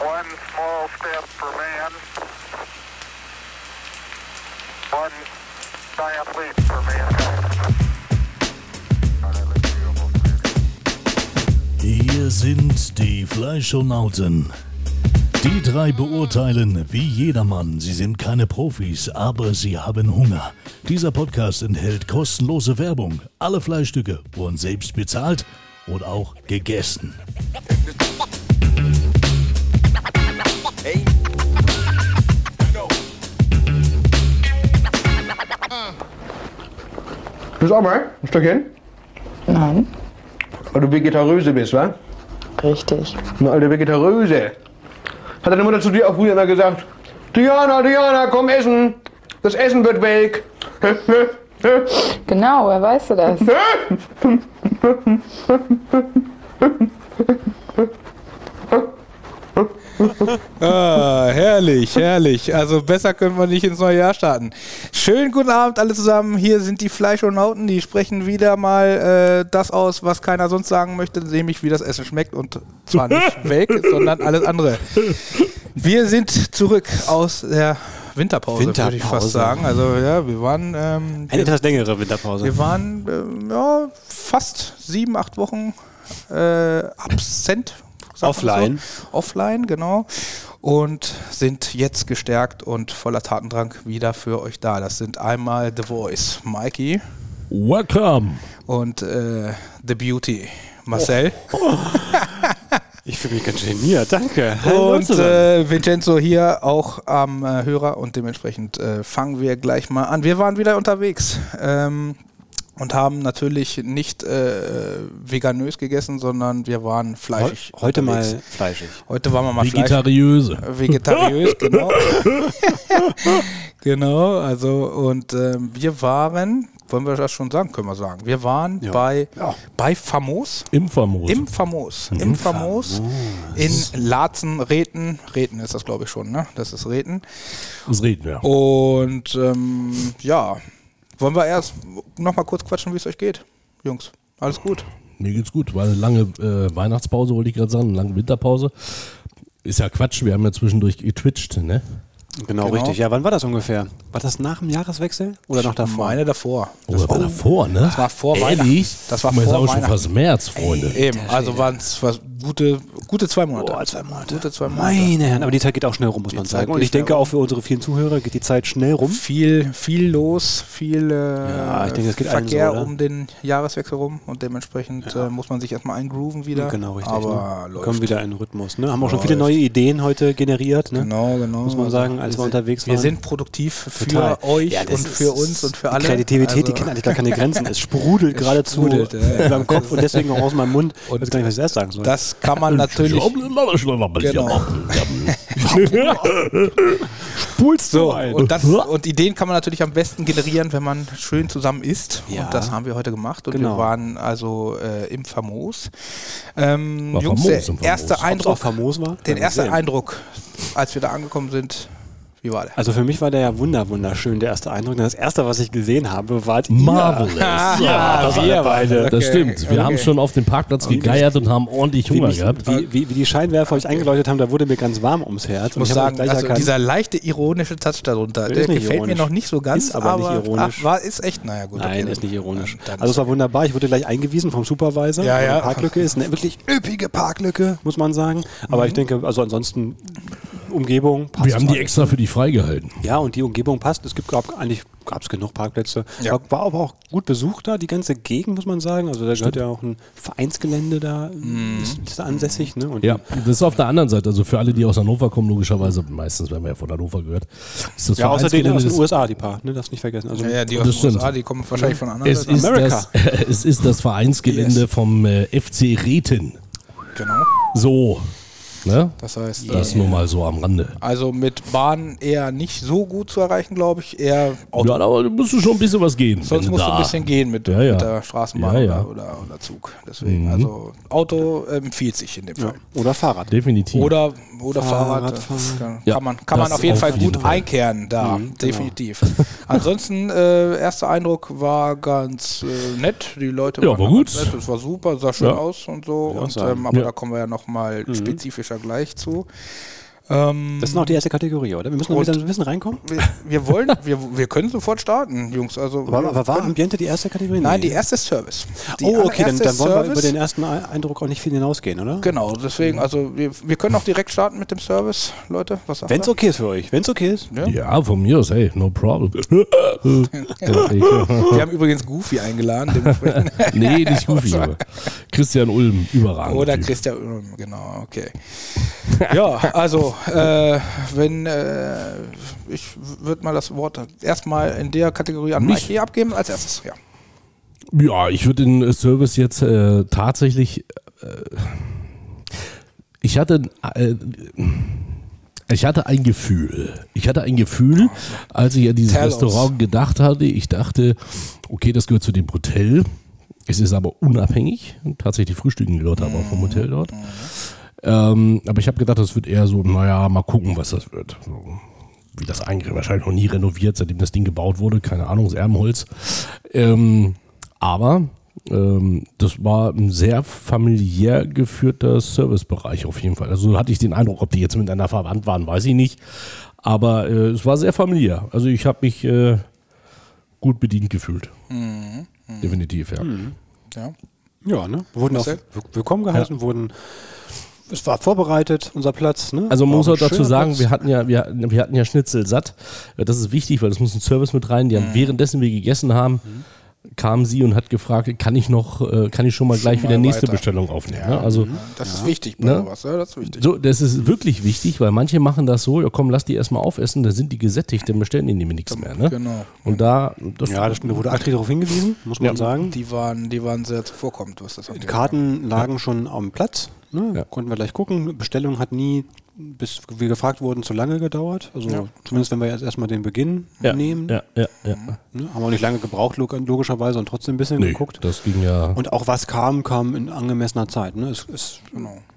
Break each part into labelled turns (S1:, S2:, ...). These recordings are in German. S1: One small step for man, one giant leap for mankind.
S2: Hier sind die Fleischonauten. Die drei beurteilen wie jedermann. Sie sind keine Profis, aber sie haben Hunger. Dieser Podcast enthält kostenlose Werbung. Alle Fleischstücke wurden selbst bezahlt und auch gegessen.
S3: Bist auch mal ein Stückchen?
S4: Nein,
S3: Weil du Vegetaröse bist, wa?
S4: richtig.
S3: Eine alte Vegetaröse. Hat deine Mutter zu dir auch früher immer gesagt, Diana, Diana, komm essen. Das Essen wird welk.
S4: Genau, woher weißt du das?
S5: Ah, herrlich, herrlich. Also besser können wir nicht ins neue Jahr starten. Schönen guten Abend alle zusammen. Hier sind die Fleischonauten. Die sprechen wieder mal äh, das aus, was keiner sonst sagen möchte, nämlich wie das Essen schmeckt und zwar nicht weg, sondern alles andere. Wir sind zurück aus der Winterpause, würde ich fast
S6: Winterpause.
S5: sagen. Also ja, wir waren ähm,
S6: Eine etwas längere Winterpause.
S5: wir waren ähm, ja, fast sieben, acht Wochen äh, absent. sagt man
S6: Offline.
S5: So. Offline, genau. Und sind jetzt gestärkt und voller Tatendrang wieder für euch da. Das sind einmal The Voice, Mikey
S7: Welcome.
S5: und äh, The Beauty, Marcel.
S6: ich fühle mich ganz geniert, danke.
S5: Und äh, Vincenzo hier auch am äh, Hörer und dementsprechend äh, fangen wir gleich mal an. Wir waren wieder unterwegs ähm, und haben natürlich nicht äh, veganös gegessen, sondern wir waren
S6: Heu-
S5: fleischig.
S6: heute mal
S5: unterwegs.
S6: fleischig.
S5: Heute waren wir mal fleischig.
S7: Vegetariöse.
S5: Äh, Vegetariös, genau. genau, also und ähm, wir waren, wollen wir das schon sagen, können wir sagen, wir waren
S6: Ja.
S5: bei,
S6: Ja.
S5: bei Famos.
S7: Infamos.
S5: Im Famos. Im Famos. In Laatzen, Reten. Reten ist das, glaube ich, schon, ne? Das ist Reten.
S7: das reden wir.
S5: Oh. Und ähm, ja, wollen wir erst nochmal kurz quatschen, wie es euch geht, Jungs. Alles gut.
S7: Mir geht's gut. War eine lange äh, Weihnachtspause, wollte ich gerade sagen, eine lange Winterpause. Ist ja Quatsch, wir haben ja zwischendurch getwitcht, ne?
S6: Genau, richtig. Ja, wann war das ungefähr? War das nach dem Jahreswechsel oder noch davor?
S5: Meine davor.
S7: Oder war davor, ne? Das
S5: war vor
S7: Ehrlich?
S5: Weihnachten. Das war
S7: Guck mal, ist
S5: vor
S7: auch schon
S5: Weihnachten.
S7: fast März, Freunde.
S5: Eben, also waren es gute, gute zwei Monate.
S6: Boah, also zwei Monate.
S5: Gute zwei Monate.
S6: Meine Herren, aber die Zeit geht auch schnell rum, muss man
S5: Zeit
S6: sagen. Und
S5: geht
S6: ich denke
S5: schnell
S6: auch für unsere vielen Zuhörer geht die Zeit schnell rum.
S5: Viel, viel los, viel äh,
S6: Ja, ich denke, es geht allen so,
S5: Verkehr
S6: oder?
S5: um den Jahreswechsel rum und dementsprechend äh, muss man sich erstmal eingrooven wieder.
S6: Genau, richtig.
S5: Aber
S6: ne?
S5: läuft.
S6: Kommen wieder in den Rhythmus. Ne? Haben auch schon viele neue Ideen heute generiert. Ne?
S5: Genau, genau.
S6: Muss man
S5: Also
S6: sagen, als wir
S5: sind-
S6: unterwegs waren.
S5: Wir sind produktiv für
S6: Total.
S5: euch
S6: Ja, das
S5: und
S6: ist-
S5: für uns und für alle.
S6: Die Kreativität, die
S5: Also-
S6: kennt eigentlich gar keine Grenzen. Es sprudelt geradezu
S5: sprudelt, ja, ja.
S6: über dem Kopf und deswegen auch aus meinem Mund. Ich weiß gar nicht, was ich erst sagen soll.
S5: Das kann man natürlich. Genau.
S6: spulst
S5: So, und, das, und Ideen kann man natürlich am besten generieren, wenn man schön zusammen isst.
S6: Ja.
S5: Und das haben wir heute gemacht. Und
S6: Genau.
S5: wir waren also äh, im Famos. Ähm,
S7: War
S5: Jungs,
S7: famos
S5: der
S7: im Famos.
S5: erste
S7: Ob's
S6: auch
S5: Eindruck,
S6: famos war?
S5: den
S6: Werden wir
S5: ersten
S6: sehen.
S5: Eindruck, als wir da angekommen sind, wie war der?
S6: Also für mich war der ja wunder wunderschön, der erste Eindruck. Denn Das erste, was ich gesehen habe, war die
S7: Marvelous.
S6: Ja, das wir beide.
S7: Das stimmt. Wir haben schon auf dem Parkplatz gegeiert und haben ordentlich
S6: Wie,
S7: Hunger
S6: mich,
S7: gehabt.
S6: wie, wie, wie die Scheinwerfer euch eingeläutet haben, da wurde mir ganz warm ums Herz.
S5: Ich muss sagen,
S6: gleich
S5: also
S6: erkannt,
S5: dieser leichte ironische Touch darunter,
S6: Ist
S5: der
S6: nicht
S5: gefällt mir
S6: ironisch.
S5: noch nicht so ganz,
S6: Ist aber nicht ironisch.
S5: Ach, war, ist echt, naja gut.
S6: Nein,
S5: okay.
S6: ist nicht ironisch.
S5: Dann
S6: Also es war wunderbar. Ich wurde gleich eingewiesen vom Supervisor.
S5: Ja,
S6: Eine
S5: ja.
S6: Parklücke ist eine wirklich üppige Parklücke, muss man sagen. Aber ich denke, also ansonsten Umgebung
S7: Mhm.
S6: passt.
S7: Wir haben die
S6: alles.
S7: extra für die freigehalten.
S6: ja, und die Umgebung passt. Es gibt gab, eigentlich gab es genug Parkplätze.
S5: Ja.
S6: War, war aber auch gut besucht da, die ganze Gegend, muss man sagen. Also da gehört ja auch ein Vereinsgelände da,
S5: Mhm.
S6: ist, ist da ansässig. Ne? Und
S7: Ja, das ist auf der anderen Seite. Also für alle, die aus Hannover kommen, logischerweise, meistens werden wir ja von Hannover gehört. Ist das
S6: ja außer denen
S7: Vereinsgelände
S6: aus den
S7: des-
S6: USA, die paar, ne? darfst nicht vergessen. Also
S5: ja, ja, die
S7: Das
S5: aus den USA,
S7: stimmt.
S5: die kommen wahrscheinlich von anderen
S7: es ist,
S6: America.
S7: das, es ist das Vereinsgelände vom äh, FC Reten.
S5: Genau.
S7: So. Ne?
S5: Das heißt, äh,
S7: Das nur mal so am Rande.
S5: Also mit Bahn eher nicht so gut zu erreichen, glaube ich. Eher Auto.
S7: Ja, aber du musst schon ein bisschen was gehen. wenn
S5: Sonst musst du
S7: da-
S5: ein bisschen gehen mit,
S7: Ja, ja.
S5: mit der Straßenbahn
S7: Ja, ja.
S5: Oder, oder, oder Zug. Deswegen,
S6: Mhm.
S5: also Auto äh, empfiehlt sich in dem Fall.
S6: Oder Fahrrad.
S7: Definitiv.
S5: Oder, oder Fahrrad,
S6: Fahrrad fahren.
S5: das kann,
S7: Ja,
S5: kann man, kann man
S7: das
S5: auf jeden
S7: auf
S5: Fall
S7: jeden
S5: gut
S7: Fall. Mhm, genau.
S5: einkehren da, definitiv. Ansonsten, äh, erster Eindruck war ganz äh, nett, die Leute
S7: Ja,
S5: waren
S7: war
S5: ganz
S7: gut.
S5: nett, es war super, sah schön
S7: Ja.
S5: aus und so, und,
S6: sagen.
S5: ähm, aber
S7: Ja.
S6: Mhm.
S5: da kommen wir ja nochmal spezifischer wir gleich zu. Ähm,
S6: Das ist noch die erste Kategorie, oder? Wir müssen noch
S5: Und-
S6: wieder ein bisschen reinkommen.
S5: wir, wir wollen, wir, wir können sofort starten, Jungs. Also,
S6: Aber, aber war Ambiente die erste Kategorie?
S5: Nein, die
S6: Nee.
S5: erste ist Service. Die
S6: oh, okay, dann,
S5: allererste
S6: dann
S5: ist
S6: wollen wir
S5: Service.
S6: über den Mhm. ersten Ei- Eindruck auch nicht viel hinausgehen, oder?
S5: Genau, deswegen, also wir, wir können auch direkt starten mit dem Service, Leute. Was sagt
S6: Wenn es
S5: ihr?
S6: okay ist für euch, wenn es okay ist.
S7: Ja, von mir aus, hey, no problem.
S5: Wir haben übrigens Goofy eingeladen, dementsprechend.
S7: nee, nicht Goofy, aber Christian Ulm, überragend.
S5: Oder Christian Ulm, genau, okay. Ja, also, äh, wenn, äh, ich würde mal das Wort erstmal in der Kategorie an
S7: Mich?
S5: Mike abgeben, als erstes, ja.
S7: Ja, ich würde den äh, Service jetzt äh, tatsächlich. Äh, ich hatte. Äh, ich hatte ein Gefühl. Ich hatte ein Gefühl, als ich an dieses
S5: Tell us.
S7: Restaurant gedacht hatte. Ich dachte, okay, das gehört zu dem Hotel. Es ist aber unabhängig. Tatsächlich frühstücken die Leute aber auch vom Hotel dort. Ähm, aber ich habe gedacht, das wird eher so, naja, mal gucken, was das wird. So, wie das eigentlich wahrscheinlich noch nie renoviert, seitdem das Ding gebaut wurde. Keine Ahnung, das Erbenholz. Ähm, aber ähm, das war ein sehr familiär geführter Servicebereich auf jeden Fall. Also hatte ich den Eindruck, ob die jetzt miteinander verwandt waren, weiß ich nicht. Aber äh, es war sehr familiär. Also ich habe mich äh, gut bedient gefühlt. Definitiv, ja.
S5: ja.
S6: Ja, ne? Wir wurden auch
S5: Marcel?
S6: will- willkommen geheißen, wurden. Es war vorbereitet, unser Platz. Ne?
S7: Also man muss
S6: War
S7: auch
S6: ein
S7: dazu
S6: schöner
S7: sagen,
S6: Platz.
S7: wir hatten, ja, wir, hatten- wir hatten ja Schnitzel satt. Ja, Das ist wichtig, weil das muss ein Service mit rein. Die haben währenddessen wir gegessen haben, kam sie und hat gefragt, kann ich noch, äh, kann ich schon mal gleich wieder
S5: mal
S7: nächste
S5: weiter. Mhm.
S7: Bestellung aufnehmen. ne? Also
S5: Das ist wichtig bei
S7: Ne?
S5: sowas, ja, das ist wichtig.
S7: so, das ist wirklich wichtig, weil manche machen das so, ja komm, lass die erstmal aufessen, dann sind die gesättigt, dann bestellen die nämlich nichts mehr. Ne?
S5: Genau.
S7: Und da, das
S6: Ja, das stimmt, da wurde Atri darauf hingewiesen, muss man sagen. Die
S5: Die waren, die waren sehr zuvorkommend, was das angeht.
S6: Karten lagen schon am Platz. Ne?
S7: Ja.
S6: Konnten wir gleich gucken. Bestellung hat nie, bis wir gefragt wurden, zu lange gedauert. Also zumindest wenn wir jetzt erstmal den Beginn
S7: ja,
S6: nehmen.
S7: Ja, ja, ja.
S6: Ne? Haben wir auch nicht lange gebraucht, log- logischerweise, und trotzdem ein bisschen
S7: Nee,
S6: geguckt.
S7: das ging ja.
S6: Und auch was kam, kam in angemessener Zeit. Ne? Es, es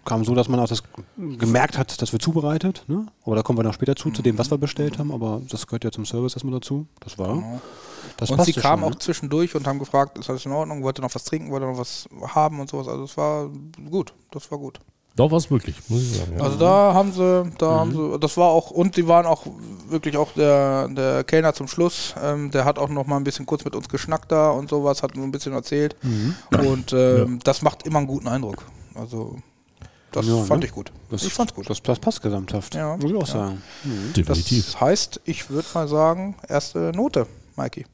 S6: kam so, dass man auch das gemerkt hat, dass wir zubereitet. Ne? Aber da kommen wir noch später zu, zu dem, was wir bestellt haben. Aber das gehört ja zum Service erstmal dazu. Das war. Das
S5: Genau. Und sie
S6: passte
S5: kamen
S6: schon, ne?
S5: auch zwischendurch und haben gefragt, ist alles in Ordnung, wollt ihr noch was trinken, wollt ihr noch was haben und sowas. Also es war gut, das war gut.
S7: Doch war es wirklich, muss ich sagen. Ja. Mhm.
S5: Also da haben sie, da haben sie, das war auch, und sie waren auch wirklich auch der, der Kellner zum Schluss, ähm, der hat auch noch mal ein bisschen kurz mit uns geschnackt da und sowas, hat nur ein bisschen erzählt.
S7: Mhm.
S5: Und ähm, das macht immer einen guten Eindruck. Also das
S6: Ja,
S5: fand
S6: ne?
S5: ich gut.
S6: Das,
S5: ich fand's gut.
S6: Das, das passt gesamthaft.
S5: Ja.
S6: Muss ich auch
S5: Ja.
S6: sagen.
S7: Definitiv.
S5: Das heißt, ich würde mal sagen, erste Note, Mikey.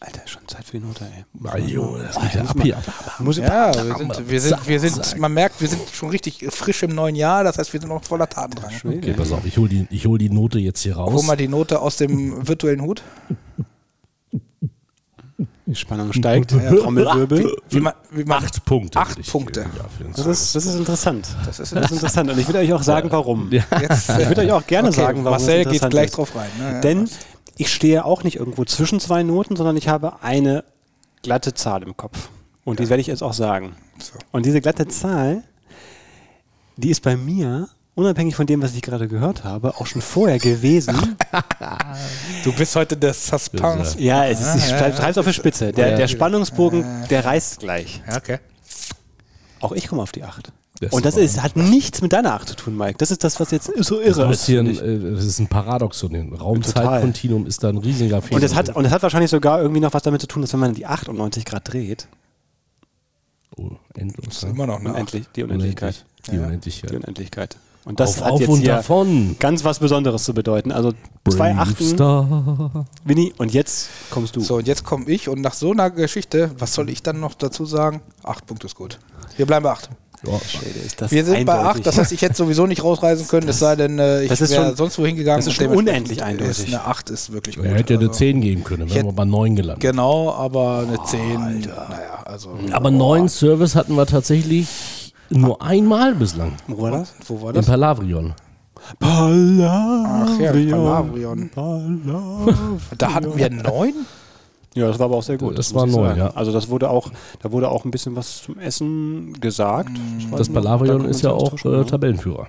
S6: Alter, ist schon Zeit für die Note, ey.
S7: Ah, Junge, das geht ja ab hier.
S6: Muss
S5: Ja, wir sind, wir sind, wir sind, man merkt, wir sind schon richtig frisch im neuen Jahr, das heißt, wir sind noch voller Tatendrang.
S7: Okay, pass auf, ich hole die, ich hol die Note jetzt hier raus.
S5: Hol mal die Note aus dem virtuellen Hut.
S6: Die Spannung steigt. Trommelwirbel.
S5: Wie man, wie man,
S7: Äh, Acht Punkte.
S5: Acht
S7: würde ich
S5: Punkte.
S7: geben, ja, für den
S6: Das ist, das ist interessant.
S5: Das ist
S6: Das ist interessant. Und ich würde euch auch sagen, warum.
S5: Jetzt,
S6: Ich würde euch auch gerne
S5: Okay,
S6: sagen, warum
S5: Marcel
S6: es
S5: geht
S6: interessant
S5: gleich
S6: ist.
S5: drauf rein, ne? Ja.
S6: Denn ich stehe auch nicht irgendwo zwischen zwei Noten, sondern ich habe eine glatte Zahl im Kopf. Und die werde ich jetzt auch sagen. Und diese glatte Zahl, die ist bei mir, unabhängig von dem, was ich gerade gehört habe, auch schon vorher gewesen.
S5: Du bist heute der Suspense.
S6: ja, es ist, ich treib- treib's auf die Spitze. Der, der Spannungsbogen, der reißt gleich.
S5: Ja, okay.
S6: Auch ich komme auf die 8.
S7: Das
S6: Und das
S7: war-
S6: ist, hat nichts mit deiner 8 zu tun, Mike. Das ist das, was jetzt so irre
S7: Das,
S6: ist.
S7: ist hier ein,
S6: finde ich.
S7: äh, das ist ein Paradoxon. Ein
S6: Total.
S7: Raumzeitkontinuum ist da ein riesiger Fehler.
S6: Und das, hat, und das hat wahrscheinlich sogar irgendwie noch was damit zu tun, dass wenn man die 98 Grad dreht,
S7: oh, endlos.
S5: Immer noch eine Acht.
S6: unendlich, die
S7: Unendlich.
S6: Unendlichkeit.
S7: Die Unendlichkeit.
S6: Die Unendlichkeit. Und das
S7: Auf-
S6: hat
S7: auf
S6: jetzt
S7: und
S6: hier
S7: davon.
S6: ganz was Besonderes zu bedeuten. Also zwei
S7: Brave
S6: Achten,
S7: Star.
S6: Winnie, und jetzt kommst du.
S5: So, und jetzt komme ich und nach so einer Geschichte, was soll ich dann noch dazu sagen? Acht Punkte ist gut. Wir bleiben bei acht.
S7: Ja,
S6: Ist das
S5: Wir sind bei
S6: eindeutig.
S5: acht, das heißt, ich hätte sowieso nicht rausreißen können, es sei denn, äh, ich
S6: das ist
S5: wäre
S6: schon-
S5: sonst wohin gegangen.
S6: das ist
S5: und
S6: schon
S5: dementsprechend
S6: unendlich eindeutig.
S5: Ist eine acht ist wirklich gut.
S7: er hätte ja eine
S5: Also,
S7: 10 geben können, wären wir
S5: hätte-
S7: bei 9 gelandet.
S5: Genau, aber eine zehn, naja, also.
S7: Aber 9 Service hatten wir tatsächlich nur einmal bislang.
S6: Wo war das?
S5: Wo war
S7: Im
S5: das?
S7: Palavrion.
S5: Ach ja,
S6: Palavion.
S5: Palabrion. Da hatten wir neun?
S6: Ja, das war aber auch sehr gut.
S7: Das
S6: muss
S7: war
S6: ich
S7: neu,
S6: sagen.
S7: ja.
S6: Also das wurde auch, da wurde auch ein bisschen was zum Essen gesagt.
S7: Das
S6: Da kann
S7: Palavrion
S6: man
S7: ist ja
S6: sich ne?
S7: auch
S6: austauschen,
S7: äh,
S6: ja.
S7: Tabellenführer.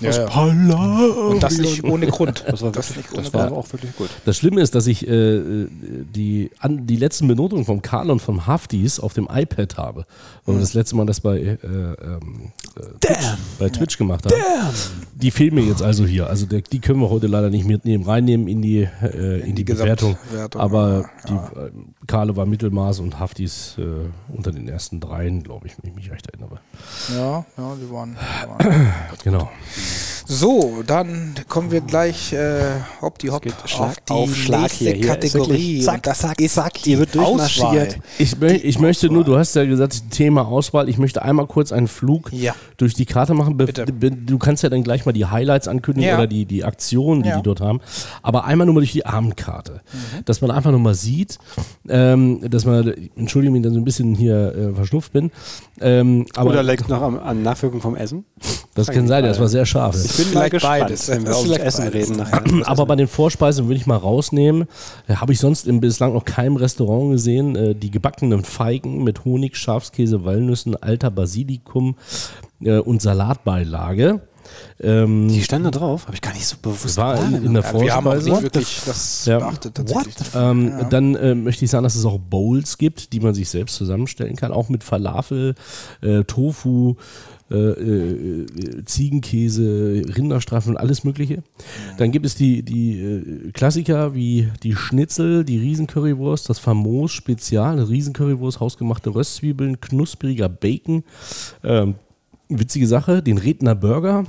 S5: Ja, ja.
S6: Hallo.
S5: Und das nicht ohne Grund.
S6: Das war, wirklich,
S5: nicht ohne
S6: das war
S5: Grund.
S6: auch wirklich gut.
S7: Das Schlimme ist, dass ich äh, äh, die, an, die letzten Benotungen vom Karl und vom Haftis auf dem iPad habe. Weil wir das letzte Mal das bei, äh, ähm, äh, Twitch, bei Twitch gemacht haben. Die fehlen mir jetzt also hier. Also der, die können wir heute leider nicht mitnehmen, reinnehmen in die, äh, in die,
S5: die
S7: Bewertung.
S5: Gesamtwertung,
S7: Aber die äh, Karle war Mittelmaß und Haftis äh, unter den ersten dreien, glaube ich, wenn ich mich recht erinnere.
S5: Ja, ja, die waren. Die waren.
S7: Genau.
S5: So, dann kommen wir gleich äh, hopp die hopp
S6: geht
S5: auf
S6: Schlag
S5: die
S6: auf Schlag
S5: nächste
S6: hier. Hier ist
S5: Kategorie.
S6: wirklich zack,
S5: Und das
S6: zack,
S5: ist
S6: zack,
S5: die
S6: hier wird durchmarschiert.
S5: Auswahl.
S7: Ich, mö ich möchte nur, du hast ja gesagt, Thema Auswahl. Ich möchte einmal kurz einen Flug
S5: Ja.
S7: durch die Karte machen. Be
S5: Bitte.
S7: be du kannst ja dann gleich mal die Highlights ankündigen
S5: Ja.
S7: oder die, die Aktionen, die
S5: Ja. Mhm.
S7: die dort haben. Aber einmal nur mal durch die Abendkarte. Dass man einfach nur mal sieht, ähm, dass man, entschuldige mich, dann so ein bisschen hier äh, verschnupft bin. Ähm, aber
S6: Oder leckt noch am- an Nachwirkung vom Essen?
S7: das kann sein, das war sehr scharf.
S6: Ich bin mal
S5: Vielleicht
S6: gespannt,
S5: beides.
S6: wenn wir
S5: Das ist
S6: über
S5: vielleicht
S6: Essen
S5: beides.
S6: reden nachher.
S7: Aber bei den Vorspeisen würde ich mal rausnehmen. Da Habe ich sonst in bislang noch keinem Restaurant gesehen. äh, Die gebackenen Feigen mit Honig, Schafskäse, Walnüssen, alter Basilikum äh, und Salatbeilage. Ähm,
S6: Die standen da drauf, habe ich gar nicht so bewusst.
S7: war in, in der
S5: Ja, wir haben auch
S7: Vorspeise.
S5: nicht wirklich das
S7: Ja.
S5: beachtet tatsächlich.
S7: Ähm, Dann äh, möchte ich sagen, dass es auch Bowls gibt, die man sich selbst zusammenstellen kann, auch mit Falafel, äh, Tofu, äh, äh, äh, Ziegenkäse, Rinderstreifen und alles Mögliche. Dann gibt es die, die äh, Klassiker wie die Schnitzel, die Riesencurrywurst, das Famos Spezial, eine Riesencurrywurst, hausgemachte Röstzwiebeln, knuspriger Bacon. Ähm, witzige Sache, den Redner Burger.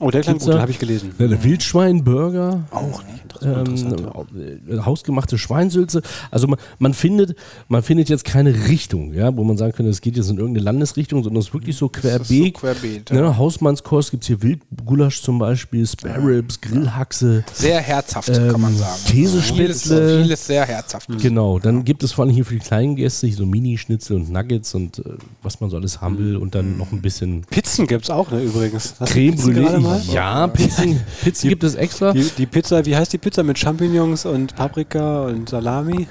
S6: Oh, der klang
S7: Gibt's
S6: gut,
S7: da-
S6: habe ich gelesen. Mhm.
S7: Ja, Der Wildschweinburger.
S6: Auch nicht. Interessant, interessant,
S7: Ähm, äh, hausgemachte Schweinsülze. Also man, man findet, man findet jetzt keine Richtung, ja, wo man sagen könnte, es geht jetzt in irgendeine Landesrichtung, sondern es ist wirklich so
S5: Hm, ist so
S7: querbeet.
S5: querbeet, ja.
S7: ne? Hausmannskost gibt es hier Wildgulasch zum Beispiel, Spare Ribs, Grillhaxe, ähm,
S5: Sehr herzhaft, kann
S6: Ähm,
S5: man sagen. Also Vieles,
S6: äh,
S7: Käsespätzle.
S5: vieles sehr herzhaft.
S7: Genau, dann gibt es vor allem hier für die kleinen Gäste hier so Mini-Schnitzel und Nuggets und äh, was man so alles haben will und
S5: Hm.
S7: dann noch ein bisschen
S6: Pizzen gibt es auch, ne, übrigens. Hast du
S7: Creme
S6: Pizzen gerade
S7: Brûlée.
S6: mal?
S7: Ja, Pizzen, Pizzen gibt es extra.
S6: Die, die Pizza, wie heißt die Pizza mit Champignons und Paprika und Salami?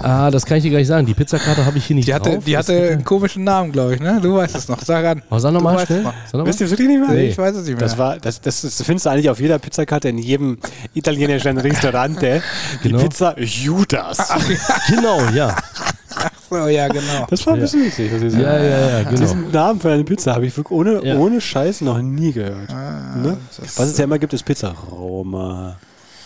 S7: Ah, das kann ich dir gleich sagen. Die Pizzakarte habe ich hier nicht
S5: Die hatte,
S7: drauf.
S5: die
S7: Das-
S6: genau.
S5: hatte einen komischen Namen, glaube ich, ne? Du weißt es noch. Sag an.
S7: Oh, sag
S5: Du
S7: nochmal
S5: weißt
S7: schnell.
S5: es noch.
S7: Sag noch mal.
S6: Wisst ihr wirklich nicht mehr?
S7: Nee.
S5: Ich weiß es nicht mehr.
S6: Das war, das, das, das findest du eigentlich auf jeder Pizzakarte in jedem italienischen Restaurante.
S7: Genau.
S6: Die Pizza Judas.
S7: Genau, ja.
S5: so, ja, genau.
S6: ah, Das war ein bisschen witzig. muss ich sagen.
S7: Ja, ja, ja, genau.
S6: Diesen Namen für eine Pizza habe ich wirklich ohne,
S7: Ja.
S6: ohne Scheiß noch nie gehört. ne?
S5: Ah, das-
S6: Was es ja immer gibt, ist Pizza Roma.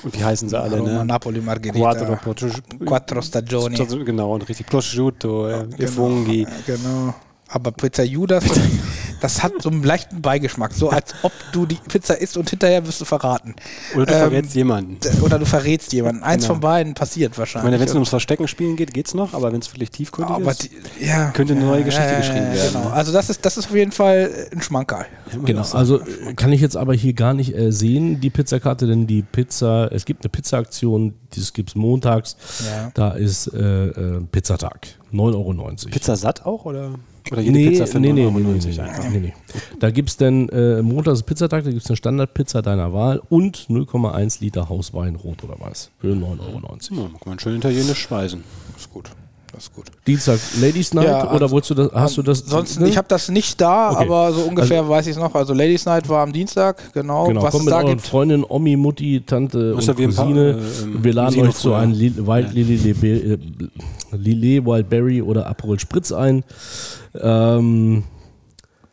S6: Und wie heißen sie alle?
S5: Roma,
S6: ne?
S5: Napoli, Margherita.
S6: Quattro, Prosciutto-
S5: Quattro Stagioni.
S6: Stagioni, Genau, und richtig Prosciutto, äh,
S5: Genau,
S6: Funghi.
S5: ja, Genau. Aber Pizza Judas, das hat so einen leichten Beigeschmack. So als ob du die Pizza isst und hinterher wirst du verraten.
S6: Oder du
S5: Ähm,
S6: verrätst jemanden.
S5: D- Oder du verrätst jemanden. Eins
S6: Genau.
S5: von beiden passiert
S6: Ich
S5: wahrscheinlich.
S6: meine, wenn es ums Verstecken spielen geht, geht's noch, aber wenn es wirklich tiefgründig
S5: aber
S6: ist.
S5: die, ja,
S6: könnte eine neue
S5: ja,
S6: Geschichte
S5: ja, ja,
S6: geschrieben werden.
S5: Genau. Also das ist, das ist auf jeden Fall ein Schmankerl.
S7: Genau, also äh, kann ich jetzt aber hier gar nicht äh, sehen, die Pizzakarte, denn die Pizza, es gibt eine Pizzaaktion, das gibt es montags,
S5: Ja.
S7: da ist äh, äh, Pizzatag, 9,90 Euro.
S6: Pizza satt auch oder? Oder jede
S7: Nee,
S6: Pizza für
S7: nee, nee, nee,
S6: 9,99
S7: nee,
S6: einfach.
S7: nee, nee. Da gibt es dann äh, montags ist Pizzatag, da gibt es eine Standardpizza deiner Wahl und 0,1 Liter Hauswein, rot oder weiß, für 9,90 Euro.
S6: Ja, Hm, kann man schön italienisch speisen.
S5: Ist gut. Das ist gut.
S7: Dienstag Ladies Night
S5: Ja,
S7: oder
S5: ans-
S7: wolltest du das, hast du das?
S5: Sonst,
S7: ne?
S5: ich habe das nicht da,
S7: Okay.
S5: aber so ungefähr weiß ich es noch. Also Ladies Night war am Dienstag, genau.
S7: Genau,
S5: was
S7: kommt
S5: es
S7: mit
S5: da
S7: euren
S5: gibt.
S7: Freundin, Omi, Mutti, Tante
S6: Ist
S7: und
S6: ja wie ein paar,
S7: Cousine.
S6: äh, ähm,
S7: wir laden
S6: Cousine
S7: euch zu
S6: früher.
S7: einem Lil- Wild Lilly Lebe- äh, Lillet Wildberry oder Aperol Spritz ein. Ähm,